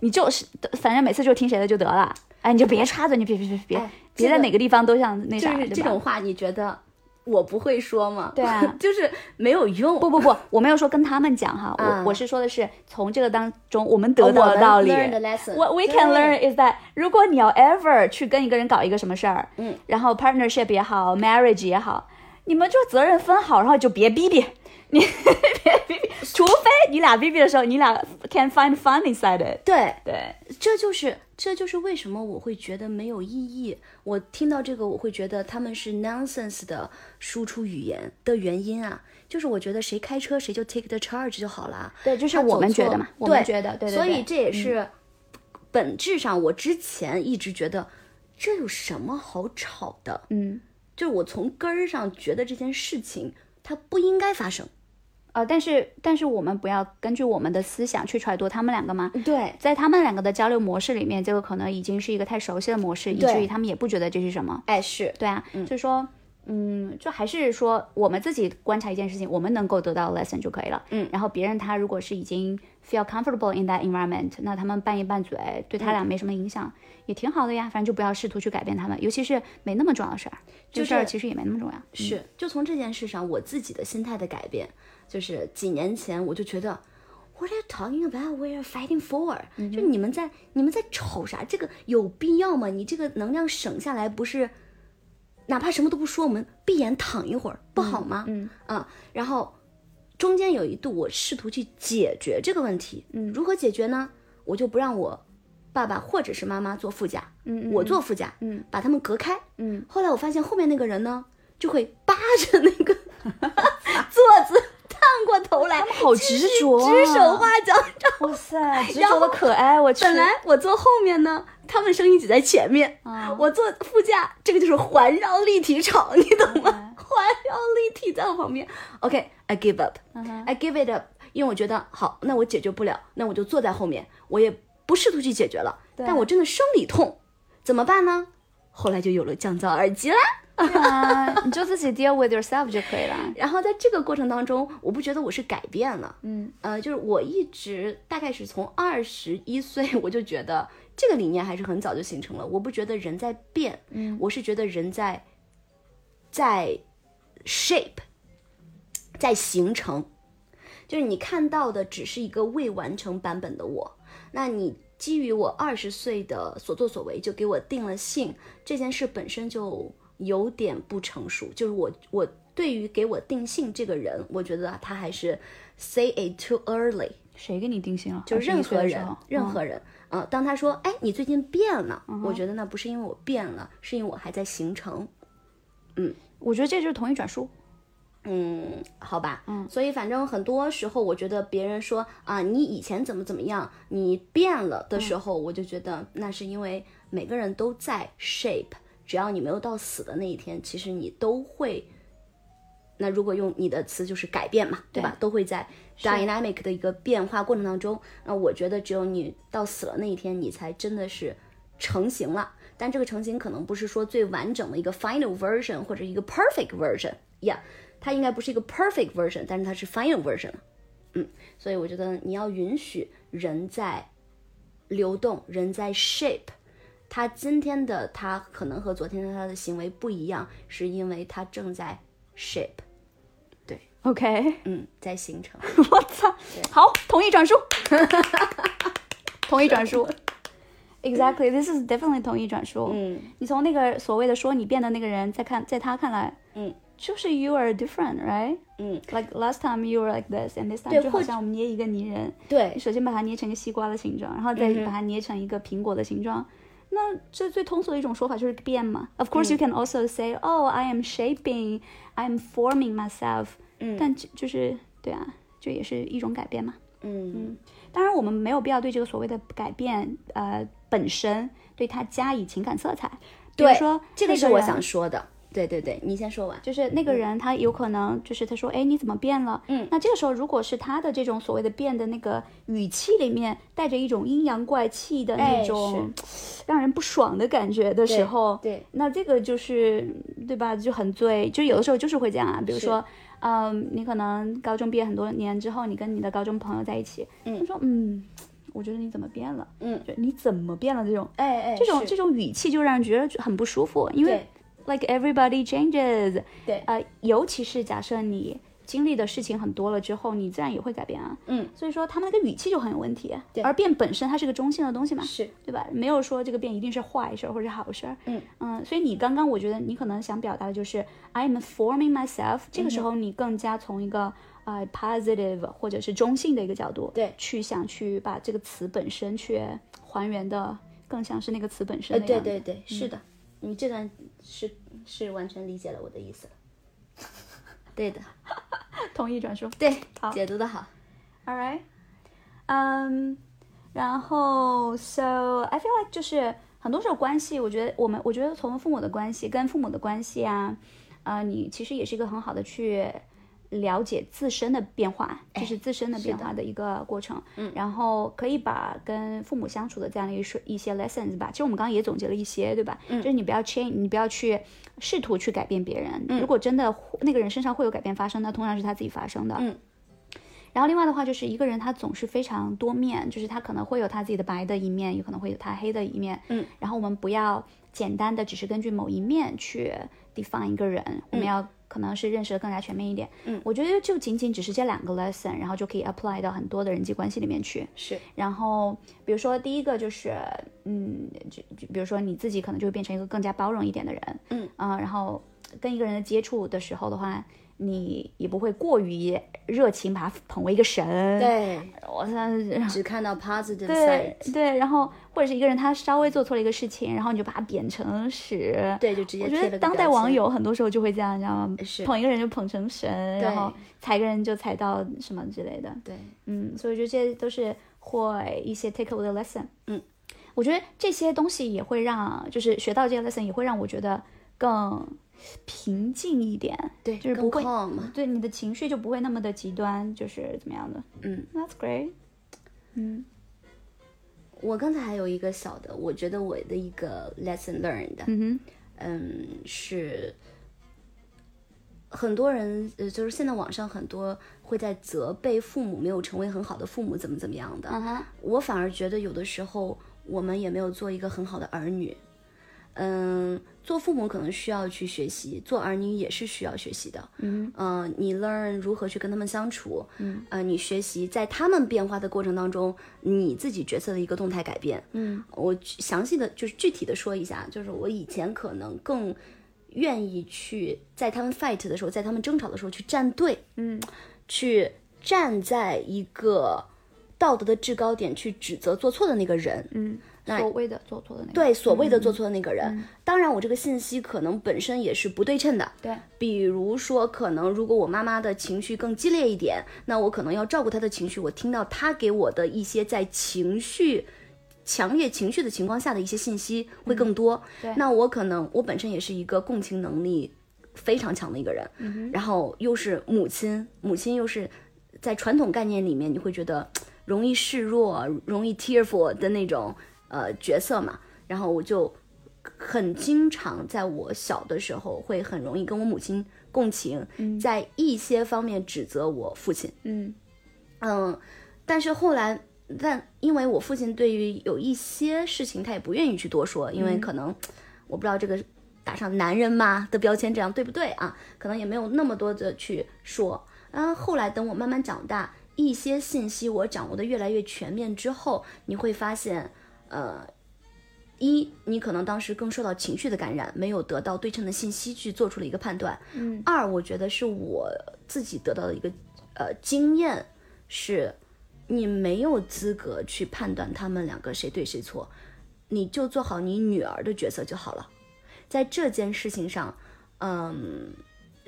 你就是反正每次就听谁的就得了，哎你就别插嘴，你别别别别、哎别这在个哪个地方都像那就啥，是对这吧种话，你觉得我不会说吗？ <laughs> 对啊就是没有用。不不不，我没有说跟他们讲哈，啊我我是说的是从这个当中我们得到的道理。哦我们 learn the lesson What we can 对 learn is that 如果你要 ever 去跟一个人搞一个什么事儿，嗯，然后 partnership 也好，marriage 也好，你们就责任分好，然后就别逼逼， <laughs> 你别逼逼，除非你俩逼逼的时候，你俩 can find fun inside it。对，对，这就是这就是为什么我会觉得没有意义。我听到这个，我会觉得他们是 nonsense 的输出语言的原因啊，就是我觉得谁开车谁就 take the charge 就好了。对，就是他我们走错觉得嘛，我对们觉得，对对对。嗯所以这也是本质上，我之前一直觉得这有什么好吵的，嗯。就是我从根儿上觉得这件事情它不应该发生。呃，但是但是我们不要根据我们的思想去揣度他们两个嘛，对，在他们两个的交流模式里面，这个可能已经是一个太熟悉的模式，以对至于他们也不觉得这是什么。哎，是对啊，就说，嗯，就还是说我们自己观察一件事情，我们能够得到 lesson 就可以了。嗯然后别人他如果是已经 feel comfortable in that environment，那他们拌一拌嘴，对他俩没什么影响，也挺好的呀。反正就不要试图去改变他们，尤其是没那么重要的事儿，这就事儿是其实也没那么重要。是，就从这件事上，我自己的心态的改变，就是几年前我就觉得。What are you talking about? We are fighting for、就嗯你们在你们在吵啥？这个有必要吗？你这个能量省下来不是，哪怕什么都不说，我们闭眼躺一会儿不好吗？嗯啊，然后中间有一度我试图去解决这个问题，嗯如何解决呢？我就不让我爸爸或者是妈妈坐副驾，嗯，嗯我坐，副驾，嗯把他们隔开， <laughs> 嗯，后来我发现后面那个人呢，就会扒着那个 <laughs> 座子探过头来，好执着、啊，指手，画脚。哇 <laughs> 塞，执然着的后可爱，我去本 <laughs> 来我坐后面呢，他们声音挤在前面，啊我坐副驾，这个就是环绕立体场，你懂啊吗？环绕立体在我旁边。OK，I、give up，I、嗯哼 give it up，因为我觉得好，那我解决不了，那我就坐在后面，我也不试图去解决了。对但我真的生理痛，怎么办呢？后来就有了降噪耳机啦。 <laughs> 对啊，你就自己 deal with yourself 就可以了。然后在这个过程当中，我不觉得我是改变了，嗯呃，就是我一直大概是从二十一岁，我就觉得这个理念还是很早就形成了。我不觉得人在变，嗯我是觉得人在在 shape，在形成，就是你看到的只是一个未完成版本的我。那你基于我二十岁的所作所为，就给我定了性，这件事本身就有点不成熟。就是我我对于给我定性这个人，我觉得他还是 say it too early。谁给你定性了？就21任何岁的时人候，任何嗯人，呃，当他说，哎，你最近变了，我觉得那不是因为我变了，是因为我还在形成，我觉得这就是同意转述。嗯，好吧，嗯，所以反正很多时候，我觉得别人说啊，你以前怎么怎么样，你变了的时候，我就觉得那是因为每个人都在 shape，只要你没有到死的那一天，其实你都会。那如果用你的词就是改变嘛，对吧？对都会在 dynamic 的一个变化过程当中。那我觉得只有你到死了那一天，你才真的是成型了。但这个成型可能不是说最完整的一个 final version 或者一个 perfect version，呀、它应该不是一个 perfect version，但是它是 final version 了嗯，所以我觉得你要允许人在流动，人在 shape，他今天的他可能和昨天的他的行为不一样，是因为他正在 shape， <laughs> OK，嗯，在形 <laughs> 成。我操，好，同意转述，同意转述。Exactly, this is definitely 同意转述。嗯，你从那个所谓的说你变的那个人，在看，在他看来，嗯，就是 you are different, right? 嗯，like last time you were like this, and this time 对就好或像我们捏一个泥人，对你，首先把它捏成一个西瓜的形状，然后嗯再把它捏成一个苹果的形状。那这最通俗的一种说法就是变嘛。Of course, 嗯 you can also say, "Oh, I am shaping, I am forming myself." 嗯但就就是对啊，就也是一种改变嘛。嗯当然，我们没有必要对这个所谓的改变，呃，本身对它加以情感色彩。比如对说，啊这个那是我人想说的。对对对，你先说完。就是那个人他有可能就是他说，哎，你怎么变了？嗯那这个时候如果是他的这种所谓的变的那个语气里面带着一种阴阳怪气的哎那种让人不爽的感觉的时候，对，那这个就是对吧？就很醉，就有的时候就是会这样啊。比如说，嗯，你可能高中毕业很多年之后，你跟你的高中朋友在一起，嗯他说，嗯，我觉得你怎么变了？嗯，就你怎么变了？这种哎哎，这种是这种语气就让人觉得很不舒服，因为对 like everybody changes。对，呃，尤其是假设你经历的事情很多了之后，你自然也会改变啊。嗯，所以说他们那个语气就很有问题。对而变本身它是个中性的东西嘛，是对吧？没有说这个变一定是坏事儿或者好事儿。嗯嗯，所以你刚刚我觉得你可能想表达的就是 I am forming myself，这个时候你更加从一个。呃、positive 或者是中性的一个角度，对去想去把这个词本身去还原的，更像是那个词本身呃，的样嗯对子。对对，是的，你这段是是完全理解了我的意思了。对的，同意转述。对好，解读的好。 All right. Um, 然后，so I feel like 就是很多时候关系，我觉得我们，我觉得从父母的关系跟父母的关系啊，呃，你其实也是一个很好的去了解自身的变化，哎就是自身的变化的一个过程。嗯，然后可以把跟父母相处的这样的一说一些 lessons 吧，其实我们刚刚也总结了一些，对吧？嗯，就是你不要 change，你不要去试图去改变别人。如果真的那个人身上会有改变发生，那通常是他自己发生的。嗯。然后另外的话就是一个人他总是非常多面，就是他可能会有他自己的白的一面，也可能会有他黑的一面。嗯，然后我们不要简单的只是根据某一面去 define 一个人，我们要可能是认识的更加全面一点。嗯，我觉得就仅仅只是这两个 lesson，然后就可以 apply 到很多的人际关系里面去。是，然后比如说第一个就是，嗯，就就比如说你自己可能就会变成一个更加包容一点的人，嗯啊、然后跟一个人的接触的时候的话，你也不会过于热情把他捧为一个神，，对，我操，然后只看到 positive 对 side，对，然后或者是一个人他稍微做错了一个事情，然后你就把他贬成屎，对，就直接我觉贴了得个当代标网签，友很多时候就会这样，你知道吗？是捧一个人就捧成神，然后踩一个人就踩到什么之类的。对，嗯，所以我觉得这些都是会一些 take away 的 lesson。嗯，我觉得这些东西也会让，就是学到这些 lesson 也会让我觉得更平静一点。对，就是更不会 calm 嘛。对你的情绪就不会那么的极端，就是怎么样的。嗯，That's great。嗯我刚才还有一个小的，我觉得我的一个 lesson learned，嗯嗯，是很多人，呃，就是现在网上很多会在责备父母没有成为很好的父母，怎么怎么样的。哼，嗯哼，我反而觉得有的时候我们也没有做一个很好的儿女。嗯，做父母可能需要去学习，做儿女也是需要学习的。嗯呃，你 learn 如何去跟他们相处，嗯，呃，你学习在他们变化的过程当中，你自己角色的一个动态改变。嗯，我详细的就是具体的说一下，就是我以前可能更愿意去在他们 fight 的时候，在他们争吵的时候去站队，嗯，去站在一个道德的制高点去指责做错的那个人，嗯，那所谓的做错的那个。嗯对所谓的做错的那个人。当然，我这个信息可能本身也是不对称的。对，比如说，可能如果我妈妈的情绪更激烈一点，那我可能要照顾她的情绪。我听到她给我的一些在情绪强烈情绪的情况下的一些信息会更多。嗯对那我可能我本身也是一个共情能力非常强的一个人，嗯然后又是母亲，母亲又是在传统概念里面，你会觉得容易示弱、容易 tearful 的那种呃角色嘛。然后我就很经常在我小的时候会很容易跟我母亲共情，在一些方面指责我父亲。嗯嗯，但是后来但因为我父亲对于有一些事情他也不愿意去多说，因为可能我不知道这个打上男人嘛的标签这样对不对啊？可能也没有那么多的去说。嗯，后来等我慢慢长大，一些信息我掌握的越来越全面之后，你会发现，呃，一你可能当时更受到情绪的感染，没有得到对称的信息去做出了一个判断。嗯，二我觉得是我自己得到的一个呃经验是，你没有资格去判断他们两个谁对谁错，你就做好你女儿的角色就好了。在这件事情上，嗯，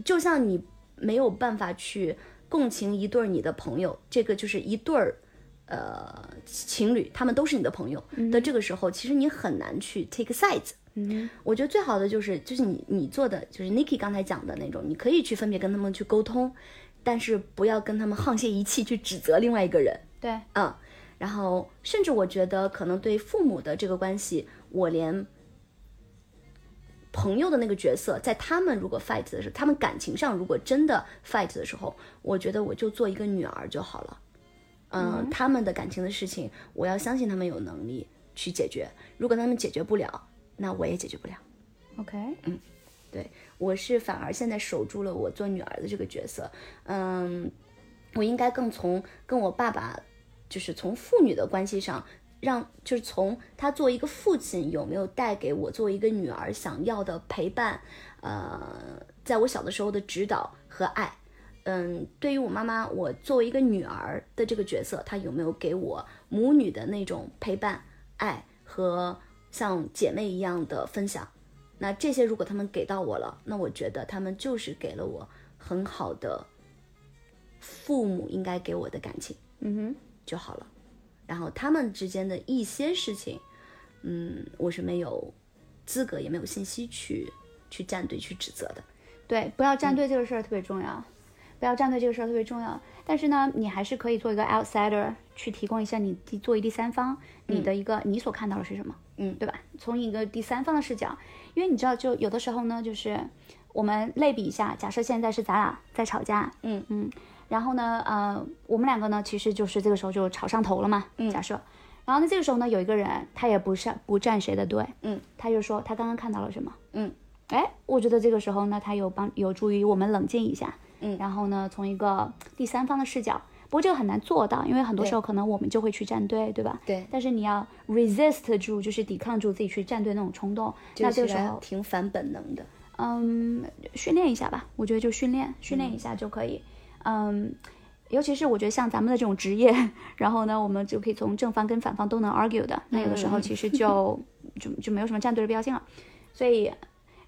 就像你没有办法去共情一对儿你的朋友，这个就是一对儿。呃，情侣他们都是你的朋友的这个时候，其实你很难去 take sides，嗯我觉得最好的就是就是你你做的就是 Niki 刚才讲的那种，你可以去分别跟他们去沟通，但是不要跟他们沆瀣一气去指责另外一个人，对，嗯。然后，甚至我觉得可能对父母的这个关系，我连朋友的那个角色，在他们如果 fight 的时候，他们感情上如果真的 fight 的时候，我觉得我就做一个女儿就好了。嗯，他们的感情的事情，我要相信他们有能力去解决。如果他们解决不了，那我也解决不了。 ，OK，对我是反而现在守住了我做女儿的这个角色，嗯，我应该更从跟我爸爸，就是从父女的关系上，让就是从他作为一个父亲有没有带给我作为一个女儿想要的陪伴，呃，在我小的时候的指导和爱。嗯，对于我妈妈，我作为一个女儿的这个角色，她有没有给我母女的那种陪伴、爱和像姐妹一样的分享？那这些如果他们给到我了，那我觉得他们就是给了我很好的父母应该给我的感情嗯就好了。然后他们之间的一些事情，嗯，我是没有资格也没有信息去去站队去指责的。哼，对，不要嗯站队这个事儿特别重要，不要站队这个事儿特别重要。但是呢，你还是可以做一个 outsider，去提供一下你第作为第三方，你的一个、你所看到的是什么，嗯对吧？从一个第三方的视角，因为你知道，就有的时候呢，就是我们类比一下，假设现在是咱俩在吵架，嗯嗯，然后呢，呃，我们两个呢，其实就是这个时候就吵上头了嘛，嗯假设。然后呢，这个时候呢，有一个人他也不是不站谁的队，嗯，他就说他刚刚看到了什么，嗯，哎，我觉得这个时候呢，他有帮有助于我们冷静一下，嗯然后呢，从一个第三方的视角，不过这个很难做到，因为很多对时候可能我们就会去站队，对吧？对但是你要 resist 住，就是抵抗住自己去站队那种冲动，那这这个个时时候候挺反本能的。嗯，训练一下吧，我觉得就训练训练一下就可以。嗯，尤其是我觉得像咱们的这种职业， <laughs> 然后呢，我们就可以从正方跟反方都能 argue 的。那有的时嗯候其实就、就就没有什么站队的标签了。所以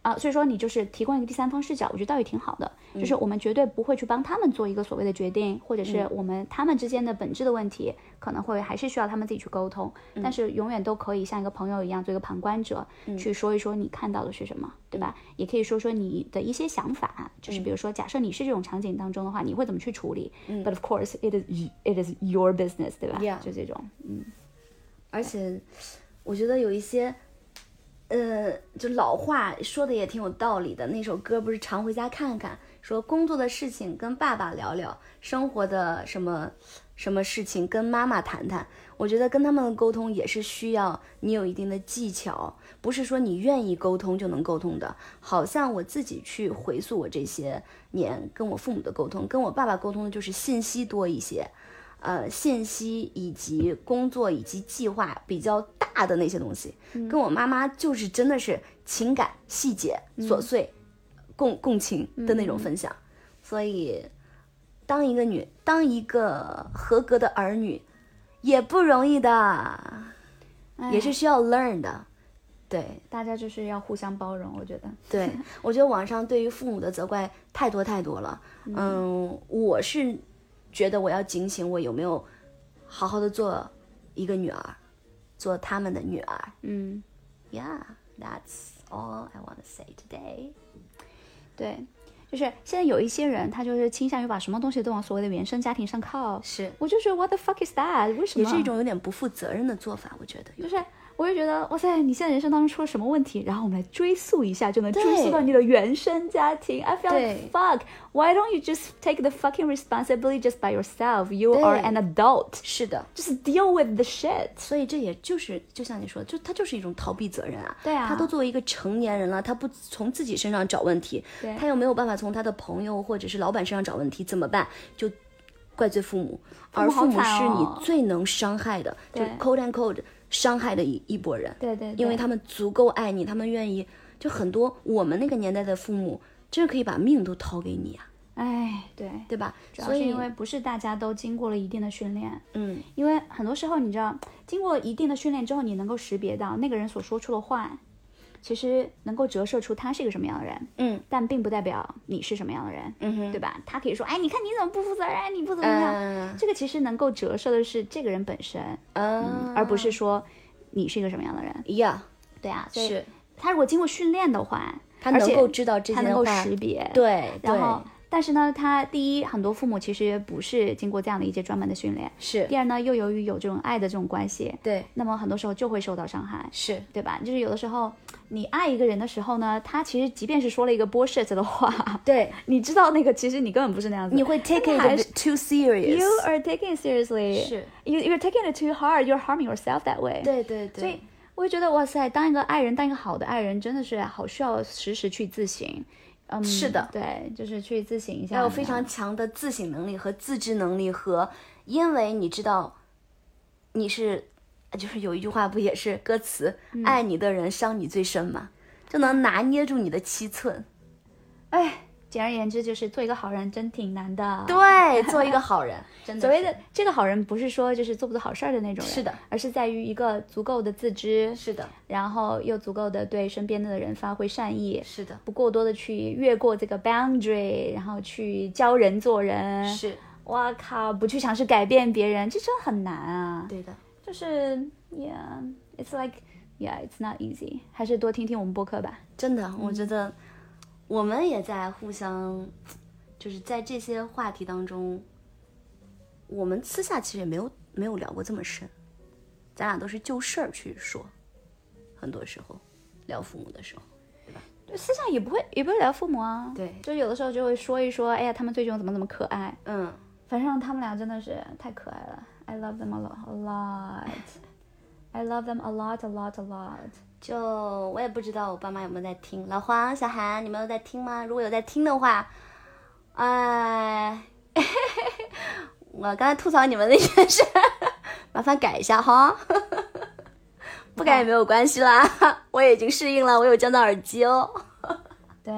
啊、所以说你就是提供一个第三方视角，我觉得倒也挺好的。嗯就是我们绝对不会去帮他们做一个所谓的决定，或者嗯是我们他们之间的本质的问题，可能会还是需要他们自己去沟通。嗯但是永远都可以像一个朋友一样，做一个旁观者，去说一说你看到的是什么，对吧？嗯也可以说说你的一些想法，就是比如说，假设你是这种场景当中的话，你会怎么去处理、b u t of course, it is it is your business，对吧嗯 Yeah 就这种，而且我觉得有一些，呃，就老话说的也挺有道理的。那首歌不是常回家看看，说工作的事情跟爸爸聊聊，生活的什么什么事情跟妈妈谈谈。我觉得跟他们的沟通也是需要你有一定的技巧，不是说你愿意沟通就能沟通的。好像我自己去回溯我这些年跟我父母的沟通，跟我爸爸沟通的就是信息多一些，呃信息以及工作以及计划比较大的那些东西，跟我妈妈就是真的是情感细节、琐碎、共共情的那种分享。所以，当一个女，当一个合格的儿女，也不容易的，也是哎需要 learn 的。对大家就是要互相包容，我觉得。对，我觉得网上对于父母的责怪太多太多了。嗯，我是觉得我要警醒，我有没有好好的做一个女儿，做他们的女儿。嗯， Yeah, that's all I want to say today. 对，就是现在有一些人，他就是倾向于把什么东西都往所谓的原生家庭上靠。是，我就觉得 What the fuck is that？为什么也是一种有点不负责任的做法，我觉得有。就是我就觉得哇塞，你现在人生当中出了什么问题？然后我们来追溯一下，就能追溯对到你的原生家庭。I feel 对 like fuck. Why don't you just take the fucking responsibility just by yourself? You 对 are an adult. 是的， Just deal with the shit. 所以这也就是就像你说的，就他就是一种逃避责任啊。对啊他都作为一个成年人了，他不从自己身上找问题对，他又没有办法从他的朋友或者是老板身上找问题，怎么办？就怪罪父母，而好父母惨是你哦最能伤害的，就对 code and code 伤害的一一拨人。对对对因为他们足够爱你，他们愿意。就很多我们那个年代的父母，真是可以把命都掏给你啊，哎，对，对吧？主要所是以因为不是大家都经过了一定的训练。嗯，因为很多时候，你知道，经过一定的训练之后，你能够识别到那个人所说出的话，其实能够折射出他是一个什么样的人。嗯，但并不代表你是什么样的人，嗯哼对吧？他可以说，哎，你看你怎么不负责任，你不怎么样。嗯这个其实能够折射的是这个人本身，嗯而不是说你是一个什么样的人。呀，对啊，所以是他如果经过训练的话，他而能且够知道这他些能够话，识别，对，然后对。但是呢，他第一，很多父母其实不是经过这样的一些专门的训练；是第二呢，又由于有这种爱的这种关系，对，那么很多时候就会受到伤害，是对吧？就是有的时候你爱一个人的时候呢，他其实即便是说了一个 bullshit 的话， <laughs> 对，你知道那个其实你根本不是那样子，你会 take 但 it 还 a 是 bit too serious。 You are taking it seriously，是 you you're taking it too hard. You're harming yourself that way. 对对对，所以我会觉得，哇塞，当一个爱人，当一个好的爱人，真的是好需要时时去自省。嗯，是的对，就是去自省一下。要有非常强的自省能力和自制能力和，因为你知道你是，就是有一句话不也是歌词，嗯爱你的人伤你最深嘛，就能拿捏住你的七寸。哎，简而言之，就是做一个好人真挺难的。 <laughs> 对，做一个好人，真哦的所谓是的这个好人，不是说就是做不做好事儿的那种人，是的，而是在于一个足够的自知，是的，然后又足够的对身边的人发挥善意，是的，不过多的去越过这个 boundary，然后去教人做人。是哇靠，不去尝试改变别人，这真的很难啊。对的。就是，yeah，it's like。Yeah, it's not easy. 还是多听听我们播客吧。真的，我觉得我们也在互相，就是在这些话题当中，我们私下其实也没有没有聊过这么深，咱俩都是就事儿去说，很多时候聊父母的时候，私下也不会，也不会聊父母啊。对就有的时候就会说一说，哎呀，他们最近怎么怎么可爱。嗯，反正他们俩真的是太可爱了。I love them a lot, a lot. I love them a lot, a lot, a lot. 就我也不知道我爸妈有没有在听，老黄、小韩，你们有在听吗？如果有在听的话，哎， <laughs> 我刚才吐槽你们那件事，麻烦改一下哈。不改也没有关系啦，我也已经适应了，我有降噪耳机哦。对，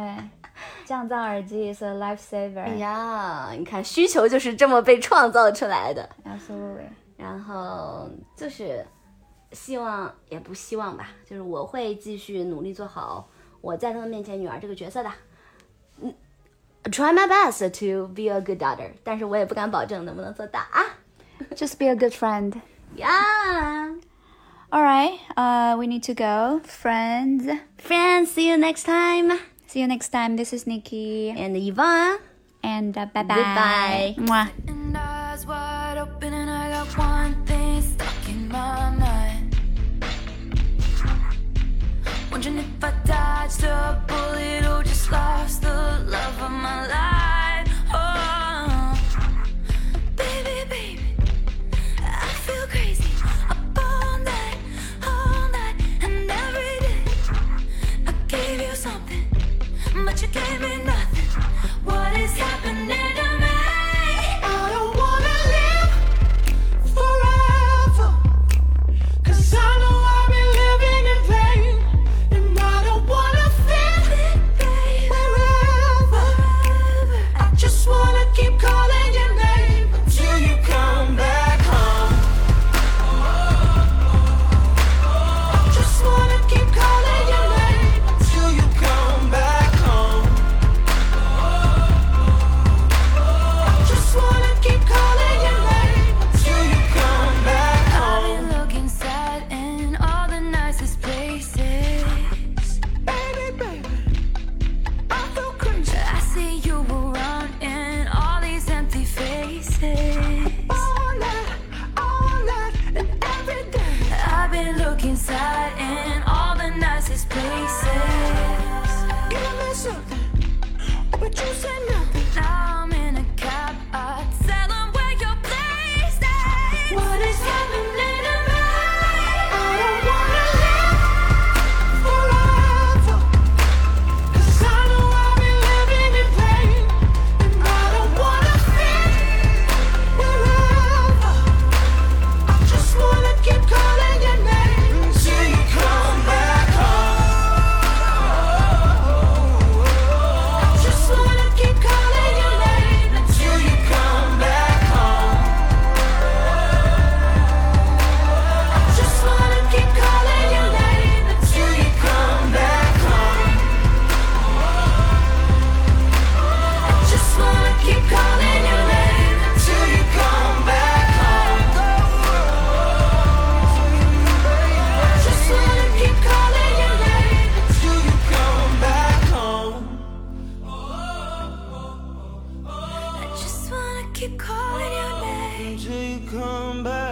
降噪耳机 is a lifesaver. 哎呀，你看需求就是这么被创造出来的。 Absolutely. 然后就是希望也不希望吧，就是我会继续努力做好我在他们面前女儿这个角色的。嗯，try my best to be a good daughter，但是我也不敢保证能不能做到啊。 Just be a good friend. 呀、 All right. Uh, we need to go, friends. f r i e n d s see you next time See you next time. This is Nikki. and Yvonne。 And uh, bye bye. Goodbye. Mwah. and eyes wide open and I got one thing stuck in my mind Wondering if I dodged a bullet or just lost the love of my life Oh Baby, baby I feel crazy Up all night, all night and every day I gave you something but you gave me nothing. What is happening to me? I don't wanna live. inside in all the nicest places. You meant something, but you said nothing. Now I'm in a cab, I tell 'em where your place is. What is happening to me? I don't wanna live forever. 'Cause I know I'll be living in pain, and I don't wanna feel forever. I just wanna keep calling your name until you come back home. I just wanna keep calling your name until you come back home. Just wanna keep calling your name until you come back home. I just wanna keep calling your name until you come back home. I just wanna keep calling your name until you come back home. I just wanna keep calling your name. Until you come back.